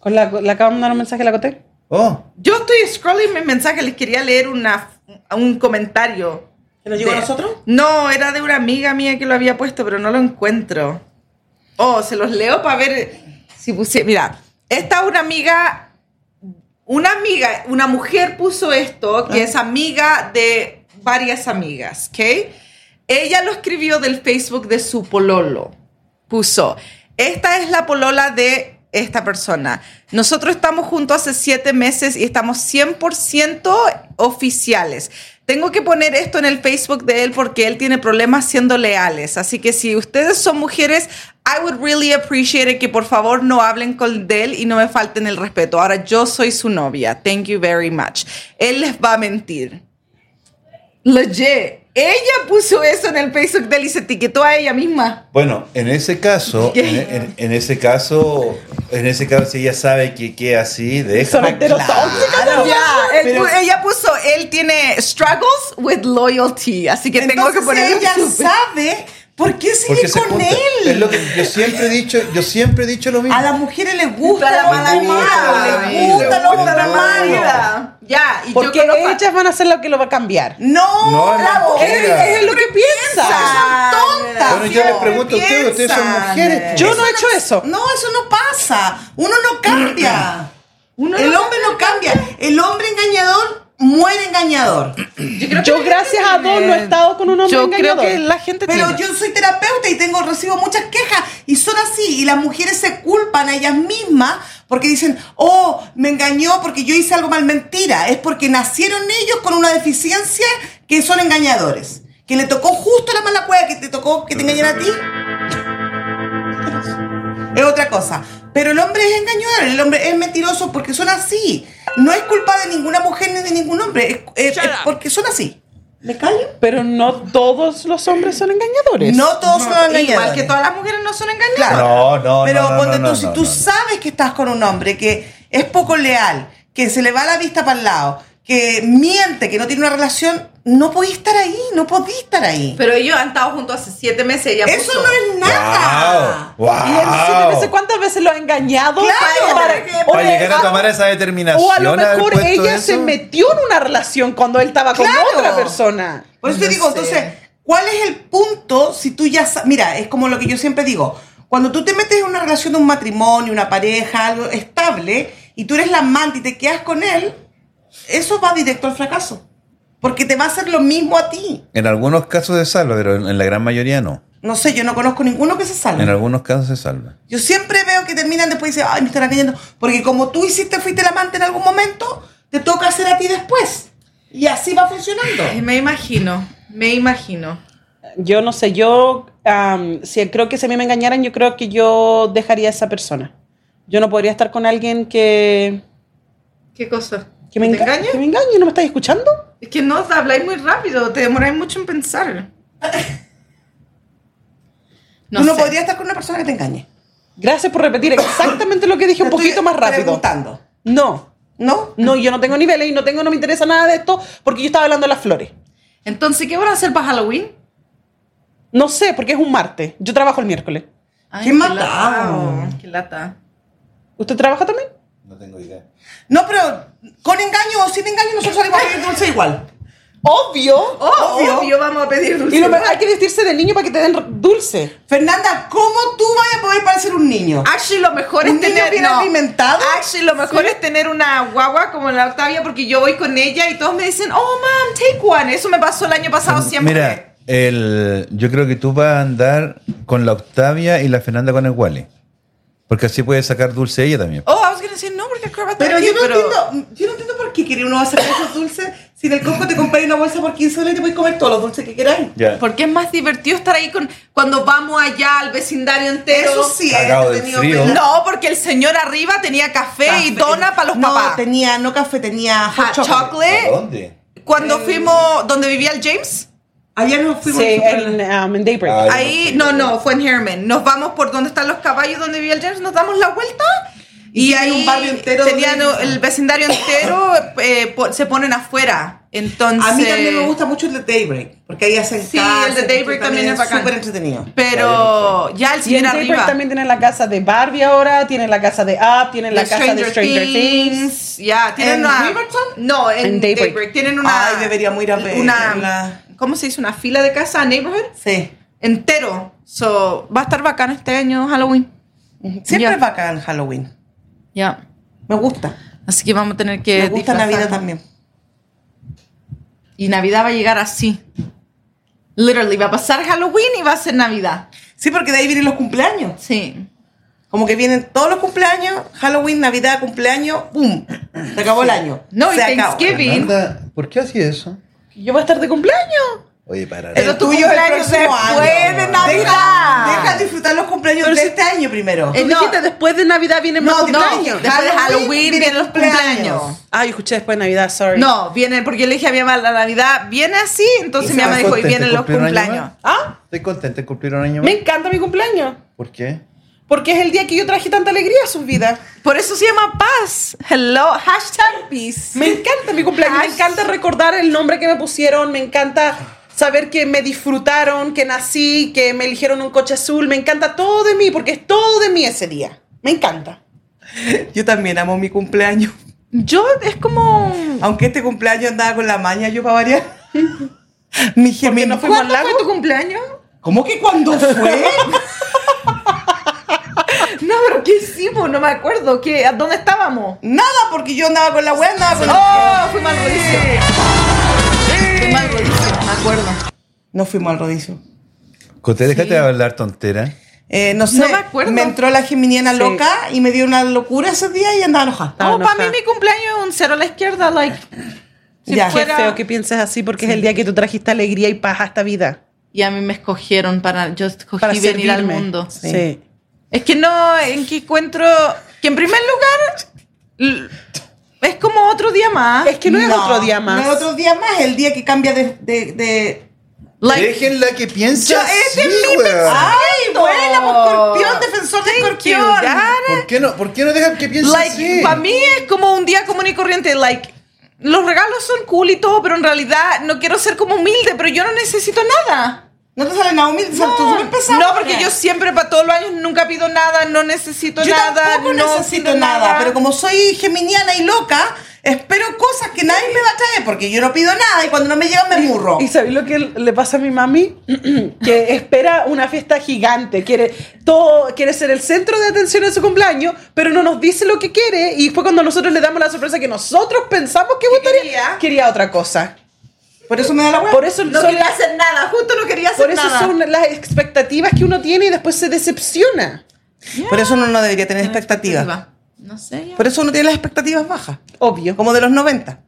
Con la, le acabo de mandar un mensaje a la Coté. Oh, Yo estoy scrolling mis mensajes, les quería leer una, un comentario. ¿Que nos llegó De- a nosotros? No, era de una amiga mía que lo había puesto, pero no lo encuentro. Oh, se los leo para ver si puse. Mira, esta es una amiga. Una amiga, una mujer puso esto, Ah. que es amiga de varias amigas, ¿ok? Ella lo escribió del Facebook de su pololo. Puso, esta es la polola de esta persona. Nosotros estamos juntos hace siete meses y estamos 100% oficiales. Tengo que poner esto en el Facebook de él porque él tiene problemas siendo leales. Así que si ustedes son mujeres, I would really appreciate it que por favor no hablen con de él y no me falten el respeto. Ahora yo soy su novia. Thank you very much. Él les va a mentir. Legit. Ella puso eso en el Facebook de él y se etiquetó a ella misma. Bueno, en ese caso, en, en- en ese caso, en ese caso, si ella sabe que que así, deja. Son enteros Ya, él pu- ella puso, él tiene struggles with loyalty, así que tengo que Entonces poner un ella super- sabe por qué sigue Porque se con junta. él. Es lo que yo siempre he dicho, yo siempre he dicho lo mismo. A las mujeres les gusta Les la gusta mala la vida, mala les vida, gusta lo les gusta la la malo. mala vida. Ya, y Porque yo conozco a- ellas van a ser lo que lo va a cambiar. No, No, no, bravo. ¿qué? Mira. Es, es lo que piensa. Son tontas. Bueno, yo les Dios. pregunto a ustedes, ustedes son piensan? mujeres. pues. Yo no he hecho eso. No, eso no pasa. Uno no cambia. Uno el no hombre no cambia. El hombre engañador muere engañador. Yo gracias a Dios no he estado con un hombre Yo creo engañador. que la gente Pero tiene. yo soy terapeuta y tengo recibo muchas quejas y son así y las mujeres se culpan a ellas mismas porque dicen, "Oh, me engañó porque yo hice algo mal." Mentira, es porque nacieron ellos con una deficiencia que son engañadores. Que le tocó justo la mala cueva que te tocó que te engañara a ti. Es otra cosa. Pero el hombre es engañador, el hombre es mentiroso porque son así. No es culpa de ninguna mujer ni de ningún hombre, es, es- es porque son así. ¿Me callo? Pero no todos los hombres son engañadores. No todos No, son engañadores. Igual que todas las mujeres no son engañadas. Claro. No, no, Pero no, no, ponte no, tú, no, si no, tú no. sabes que estás con un hombre que es poco leal, que se le va la vista para el lado, que miente, que no tiene una relación, no podía estar ahí, no podía estar ahí. Pero ellos han estado juntos hace siete meses. Ella Eso puso- no es nada. Wow, wow. Y él siete veces, ¿cuántas veces lo ha engañado? Claro. Para- Para Oye, llegar a a- tomar esa determinación. O a lo haber mejor puesto ella eso. se metió en una relación cuando él estaba con Claro. otra persona. Por eso te No digo, sé. entonces, ¿cuál es el punto si tú ya sa- Mira, es como lo que yo siempre digo. Cuando tú te metes en una relación de un matrimonio, una pareja, algo estable, y tú eres la amante y te quedas con él, eso va directo al fracaso. Porque te va a hacer lo mismo a ti. En algunos casos se salva, pero en en la gran mayoría no. No sé, yo no conozco ninguno que se En salve. algunos casos se salva. Yo siempre veo que terminan después y dicen, ay, me están engañando. Porque como tú hiciste, fuiste el amante en algún momento, te toca hacer a ti después. Y así va funcionando. Ay, Me imagino, me imagino. Yo no sé, yo am, si creo que si a mí me engañaran, yo creo que yo dejaría a esa persona. Yo no podría estar con alguien que, ¿Qué cosa? que me ¿Te enga- engaña? Que me engañe, ¿no me estáis escuchando? Es que no, te habláis muy rápido, te demoráis mucho en pensar. No tú no sé. podrías estar con una persona que te engañe. Gracias por repetir exactamente lo que dije un Te estoy poquito más rápido. Preguntando. No, ¿No? no, yo no tengo niveles y no tengo, no me interesa nada de esto porque yo estaba hablando de las flores. Entonces, ¿qué van a hacer para Halloween? No sé, porque es un martes. Yo trabajo el miércoles. Ay, ¡Qué matado! lata. ¡Qué lata! ¿Usted trabaja también? No tengo idea. No, pero con engaño o sin engaño nosotros salimos a pedir dulce igual. Obvio. Oh, Obvio. vamos a pedir dulce. Y lo mejor, hay que vestirse de niño para que te den dulce. Fernanda, ¿cómo tú vas a poder parecer un niño? Actually, lo mejor ¿Un es niño tener. bien alimentado? Actually, lo mejor es tener una guagua como la Octavia, porque yo voy con ella y todos me dicen, oh, mom, take one. Eso me pasó el año pasado siempre. Mm, Mira, el, yo creo que tú vas a andar con la Octavia y la Fernanda con el Wally. Porque así puede sacar dulce ella también. Oh, I was gonna say no, porque acrobat Pero yo aquí, no entiendo, yo no entiendo por qué querer uno hacer esos dulces si en el Costco te compráis una bolsa por 15 dólares y te podéis comer todos los dulces que queráis. Ya. Porque es más divertido estar ahí con cuando vamos allá al vecindario entero. Eso sí, es Cagado del entretenido, pero- frío. No, porque el señor arriba tenía café, y dona para los no, papás. tenía no café, tenía hot Hot chocolate. chocolate. dónde? Cuando fuimos donde vivía el James, Allá nos fuimos. Sí, nosotros. en, um, en Daybreak. Ah, ahí no, no, fue en Herman. Nos vamos por donde están los caballos donde vivía el James, nos damos la vuelta Y y, tiene ahí un barrio entero tenían donde- el vecindario entero eh, po- se ponen afuera. Entonces A mí también me gusta mucho el de Daybreak, porque ahí hacen Sí, el de Daybreak también es bacán. súper entretenido. Pero ya el Y en señor Daybreak arriba también tienen la casa de Barbie ahora, tienen la casa de Up, tienen la de casa de Stranger Things. Ya, tienen ¿En una. Riverton? No, en, En Daybreak. Daybreak. Tienen una. Ay, deberíamos ir a ver, Una, la- ¿Cómo se dice? Una fila de casa, neighborhood. Sí. Entero. So, va a estar bacán este año Halloween. Siempre Ya. es bacán Halloween. Ya. Me gusta. Así que vamos a tener que. Me gusta disfrazarnos. Navidad también. Y Navidad va a llegar así. Literally, va a pasar Halloween y va a ser Navidad. Sí, porque de ahí vienen los cumpleaños. Sí. Como que vienen todos los cumpleaños, Halloween, Navidad, cumpleaños, ¡pum! Se acabó el año. No, y Se acabó. Thanksgiving. Fernanda, ¿por qué hacía eso? Yo voy a estar de cumpleaños. Oye, para. Pero El tu tuyo es el cumpleaños próximo año. después de Navidad. Deja, deja disfrutar los cumpleaños Pero de si- este año primero. Eh, Tú no. dijiste después de Navidad vienen más No, No, cumpleaños. Cumpleaños. después de Halloween Halloween viene vienen los cumpleaños. cumpleaños. Ah, yo escuché después de Navidad, sorry. No, viene, porque le dije a mi mamá, la Navidad viene así, entonces mi mamá dijo, y vienen los cumpleaños. Ah, Estoy contenta de cumplir un año más. me encanta mi cumpleaños. ¿Por qué? Porque es el día que yo traje tanta alegría a sus vidas. Por eso se llama paz. Hello, hashtag peace. Me encanta mi cumpleaños. Me encanta recordar el nombre que me pusieron. Me encanta saber que me disfrutaron, que nací, que me eligieron un coche azul. Me encanta todo de mí, porque es todo de mí ese día. Me encanta. Yo también amo mi cumpleaños. Yo es como... Aunque este cumpleaños andaba con la maña, yo para variar. Mi gemelo. no fuimos al lago? tu cumpleaños? ¿Cómo que cuando fue? No, pero ¿qué hicimos? No me acuerdo. ¿Qué, ¿A dónde estábamos? Nada, porque yo andaba con la wea, andaba con ¡Oh! Fui mal rodicio. Fui mal rodicio, me acuerdo. No fuimos al rodicio. Coté, déjate de hablar tontera. Eh, no sé, No me acuerdo. me entró la geminiana Sí. loca y me dio una locura ese día y andaba enojada. Estaba Oh, para mí enojada. mi cumpleaños es un cero a la izquierda, like... Si Ya. Qué Qué fuera- feo que pienses así, porque es el día que tú trajiste alegría y paz a esta vida. Y a mí me escogieron para... Yo escogí Para venir al servirme. mundo. Sí. Es que no, en que encuentro... Que en primer lugar... l- Es como otro día más. Es que no, es otro día más. No es otro día más, el día que cambia de. de, de- Like, Déjenla que piense. Yo- así, ese es mi weón. ¡Ay, buena, pues, escorpión, defensor de Thank you, escorpión! that- ¿Por qué no, por qué no dejan que piense Like, así? para mí es como un día común y corriente. Like, los regalos son cool y todo, pero en realidad no quiero ser como humilde, pero yo no necesito nada. No te sale nada humilde, te sale tú súper pesado. No, porque yo siempre, para todos los años, nunca pido nada, no necesito Yo nada. tampoco no necesito pido nada, pero como soy geminiana y loca, espero cosas que nadie me va a traer porque yo no pido nada y cuando no me llegan me murro. ¿Y sabéis lo que le pasa a mi mami? que espera una fiesta gigante, quiere todo, quiere ser el centro de atención en su cumpleaños, pero no nos dice lo que quiere y fue cuando nosotros le damos la sorpresa que nosotros pensamos que gustaría, quería? quería? otra cosa. Por eso me da la hueá. Por eso No son quería las- hacer nada, justo no quería hacer por eso nada. son las expectativas que uno tiene y después se decepciona. Por eso uno no debería Ah, tener expectativas. No sé. ya. Por eso uno tiene las expectativas bajas, Obvio. como de los 90.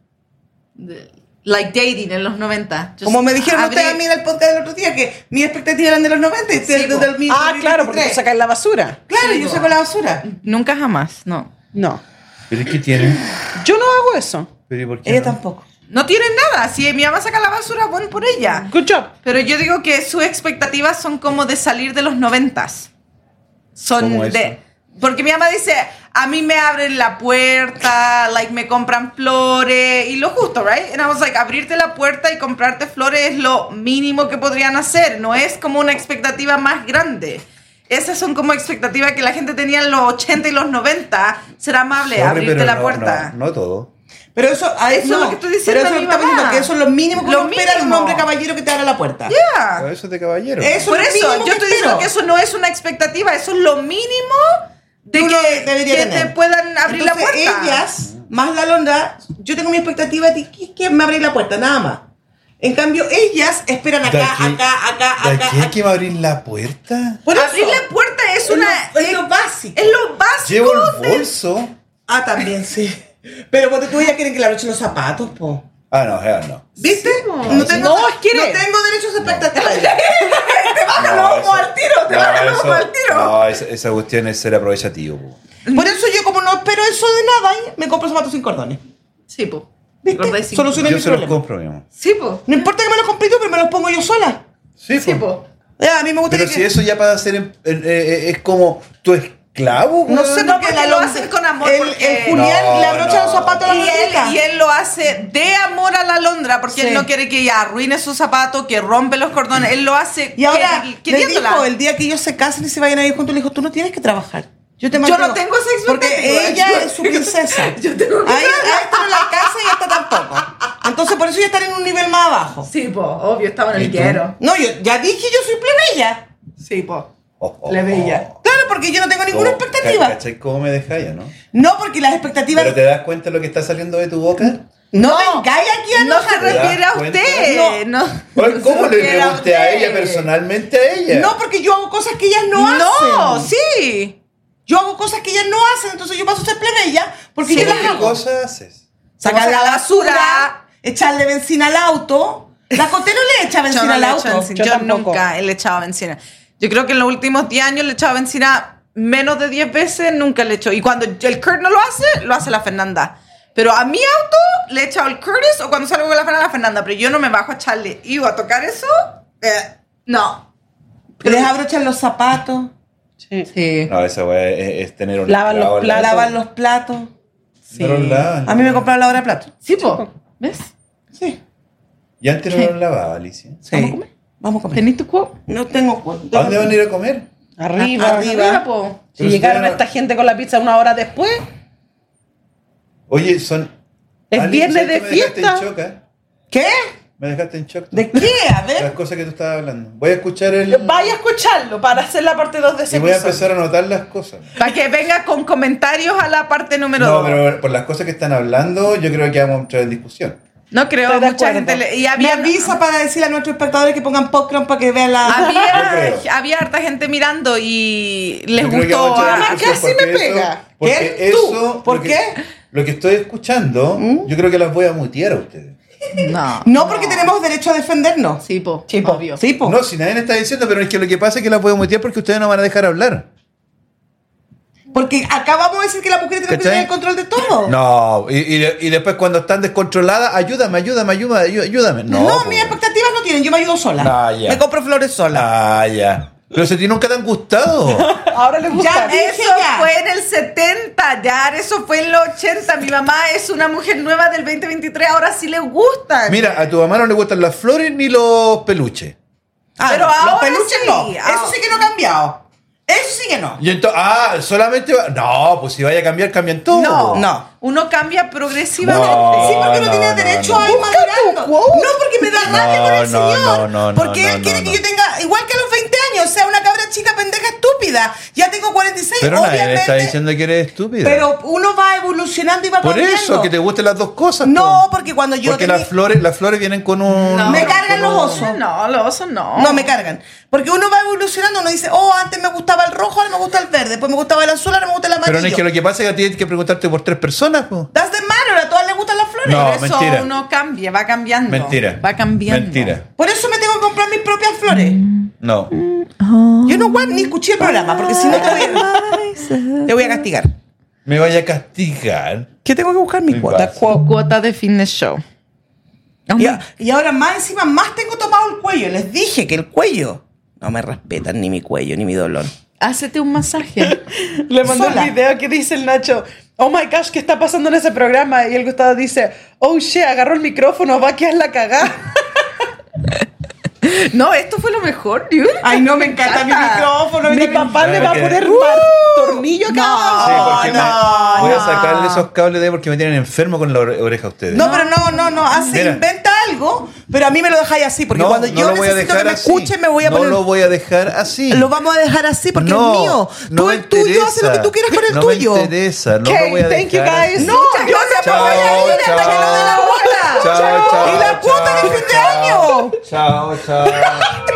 De- Like dating en los 90. Yo Como me sé- Ah, dijeron abrí- ustedes a mí en el podcast del otro día, que mis expectativas eran de los 90 y ustedes Sí, de- po. del Ah, claro, porque tú 2023. sacas la basura. Claro, Sí, yo po. saco la basura. Nunca jamás, no. No. Pero es que tienen. Yo no hago eso. Pero ¿y por qué Ella no? tampoco. No tienen nada. Si mi mamá saca la basura, buen por ella. Good job. Pero yo digo que sus expectativas son como de salir de los noventas. Son ¿Cómo eso? de... Porque mi mamá dice, a mí me abren la puerta, like me compran flores y lo justo, right? And I was like, abrirte la puerta y comprarte flores es lo mínimo que podrían hacer, no es como una expectativa más grande. Esas son como expectativas que la gente tenía en los 80 y los 90. Ser amable, Sorry, abrirte pero la no, puerta. No, no todo. Pero eso, a eso No, es lo que estoy diciendo. pero eso a mi está mamá. diciendo que eso es lo mínimo que Lo uno espera de un mínimo. hombre caballero que te abra la puerta. Yeah. Pero Eso es de caballero. Eso Por es lo Ah. eso, mínimo yo que estoy diciendo espero. que eso no es una expectativa, eso es lo mínimo de Uno que, debería que tener. te puedan abrir Entonces, la puerta. Ellas, más la londa, yo tengo mi expectativa de ti, que es que me abrí la puerta, nada más. En cambio, ellas esperan ¿De acá, aquí- acá, acá, ¿De acá. aquí hay acá. que me abrir la puerta? Por eso, abrir la puerta es es lo- una es lo básico. es lo básico. Llevo de- el bolso. Ah, también sí. Pero cuando tú ya quieren que le abrochen los zapatos, po. Ah, no, hell no. ¿Viste? No, no, es que- no tengo derechos a expectativas. baja los ojos al tiro, te baja los ojos al tiro. No, esa, esa cuestión es ser aprovechativo. po. Por eso yo, como no espero eso de nada, me compro zapatos sin cordones. Sí, po. ¿Viste? ¿Recordáis? Solucioné Yo mi se los problema. compro, mi amor. Sí, po. No importa que me los compre tú, pero me los pongo yo sola. Sí, Sí, po. po. Ya, a mí me gusta Pero que... si eso ya para hacer em- eh, eh, es como tu esclavo. No weón. sé No, por qué porque la lo londa- hacen con amor, El, porque- el Julián No, le abrocha no. los zapatos a la Y él, Londrita. y él lo hace de amor a la Londra, porque Sí. él no quiere que ella arruine su zapato, que rompe los cordones. Él lo hace Y ahora, queri- le queriéndola. dijo, el día que ellos se casen y se vayan a vivir juntos, le dijo, tú no tienes que trabajar. Yo te Yo mantengo". no tengo esa Porque expectativa. ella ¿eh? Yo- es su princesa. Yo tengo que a, ella, a esta no la casa y a esta tampoco. Entonces, por eso ya están en un nivel más abajo. Sí, po, obvio, estaba en ¿Y el tú? quiero. No, yo ya dije, yo soy plebeya. Sí, po. Oh, oh, Le oh. veía. Claro, porque yo no tengo ninguna ¿Cómo? expectativa. ¿Cachai cómo me deja ya, no? No, porque las expectativas... Pero te das cuenta de lo que está saliendo de tu boca. No, vengáis aquí a No se enojar. ¿Te das refiere a cuenta? usted. No. Oye, ¿Cómo se le refiere pregunté a usted. ella personalmente a ella? No, porque yo hago cosas que ellas no, hacen. No, sí. Yo hago cosas que ellas no hacen, entonces yo paso a ser plebeya porque Sí. yo pues, las ¿Qué hago. cosas haces? Sacar la basura, basura, echarle benzina al auto. La Coté no le echa Yo, benzina no al le auto. echo benzina. Yo Yo tampoco. nunca le he echado benzina. Yo creo que en los últimos 10 años le he echado benzina menos de 10 veces, nunca le he hecho. Y cuando el Kurt no lo hace, lo hace la Fernanda. Pero a mi auto le he echado el Curtis o cuando salgo con la Fernanda, la Fernanda. Pero yo no me bajo a echarle. Y a tocar eso, eh, no. Les abrochan los zapatos, Sí. No, esa weá es, es tener un Lavan los esclavo en la- platos. lavan los platos. No los lavan. A mí me compraron la hora de platos. Sí, po. ¿Ves? Sí. Y antes no los lavaba, Alicia. ¿Vamos a comer? Vamos a comer. ¿Tenís tu cuo? No tengo cuerpo. ¿A dónde van a ir a comer? Arriba. Mira, po. Si Pero llegaron ustedes no- esta gente con la pizza una hora después, Oye, son. es Ali, viernes ¿sabes qué? de me fiesta. Dejaste en shock, ¿eh? ¿Qué? Me dejaste en shock. tú. ¿De qué? A ver. Las cosas que tú estabas hablando. Voy a escuchar el. Vaya a escucharlo para hacer la parte 2 de ese Y voy a episodio. empezar a anotar las cosas. Para que venga con comentarios a la parte número No, 2. pero por las cosas que están hablando, yo creo que vamos a entrar en discusión. No creo, Estoy de mucha acuerdo. gente le, y Me había, avisa para decirle a nuestros espectadores que pongan popcorn para que vean la... Yo creo. había, había harta gente mirando y les Yo creo que gustó. Ah, vamos a entrar en a- discusión casi me porque eso- pega. Porque ¿Qué? eso. ¿Tú? lo ¿Por que- qué? Lo que estoy escuchando, yo creo que las voy a mutear a ustedes. No. No, porque tenemos derecho a defendernos. Sí, po. Sí, po. obvio. Sí, po. No, si nadie me está diciendo, pero es que lo que pasa es que las voy a mutear porque ustedes no van a dejar hablar. Porque acá vamos a decir que la mujer tiene que ¿Cachai? tener el control de todo. No, y, y- y después cuando están descontroladas, ayúdame, ayúdame, ayúdame, ayúdame. No, No, po. mis expectativas no tienen, yo me ayudo sola. Ah, ya. Me compro flores sola. Ah, ya. Pero si a ti nunca te han gustado. Ahora les gusta. Ya, dije eso ya. fue en el 70, ya, eso fue en los 80. Mi mamá es una mujer nueva del 2023, ahora sí le gusta. Mira, a tu mamá no le gustan las flores ni los peluches. Ah, Pero no, ahora los peluches sí, no. ahora- Eso sí que no ha cambiado. Eso sí que no. Y entonces, ah, solamente va- No, pues si vaya a cambiar, cambian todo. no, No. Uno cambia progresivamente. No. Sí, porque uno no, tiene no, derecho no. a ir madurando. No, porque me da rabia con el No, no, señor. no, no, porque no, él no, quiere no. que yo tenga, igual que a los 20 años, sea una cabra chica pendeja estúpida. Ya tengo 46, Pero nadie le obviamente. está diciendo que eres estúpida. pero uno va evolucionando y va Por cambiando. eso, que te gusten las dos cosas. No, po. porque cuando yo Porque tenía- las flores, las flores vienen con un. No. Me cargan los osos. No, los osos no. No, me cargan. Porque uno va evolucionando, uno dice, oh, antes me gustaba el rojo, ahora me gusta el verde, después me gustaba el azul, ahora me gusta el amarillo. Pero no es que lo que pasa es que tienes que preguntarte por tres personas, po. Das de mano, a todas les gustan las flores. No, Por eso mentira. uno cambia, va cambiando. Mentira. Va cambiando. Mentira. Por eso me tengo que comprar mis propias flores. No. Yo no voy, ni escuché el programa, porque si no te voy a, te voy a castigar. Me vaya a castigar. Que tengo que buscar mi Mi cuota. vaso. Cu- Cuota de fitness show. Y, a- y ahora más encima, más tengo tomado el cuello. Les dije que el cuello no me respetan ni mi cuello, ni mi dolor. Hácete un masaje. Le mandó Sola. el video que dice el Nacho. Oh my gosh, ¿qué está pasando en ese programa? Y el Gustavo dice, oh shit, agarró el micrófono, va a quedar la cagada. no, esto fue lo mejor, dude. Ay, no, me encanta mi micrófono. Mi papá. papá le va a Ok. poner par- tornillo Sí, acá. porque me- Oh, no, voy a no. sacarle esos cables de ahí porque me tienen enfermo con la ore- oreja a ustedes. No, pero no, no, no. Hace, Mira. inventa algo, pero a mí me lo dejáis así. Porque No, cuando no yo lo voy a necesito que dejar me así. escuchen, me voy a no poner. lo voy a dejar así. Lo vamos a dejar así porque no, es mío. No Tú me el tuyo interesa. haces lo que tú quieras con el no tuyo. me interesa. No lo Okay, voy a thank you dejar guys. así. No, pues, yo no me voy a ir hasta que no dé la cuota. Chao, chao. y la cuota de fin de chao, año. Chao, chao.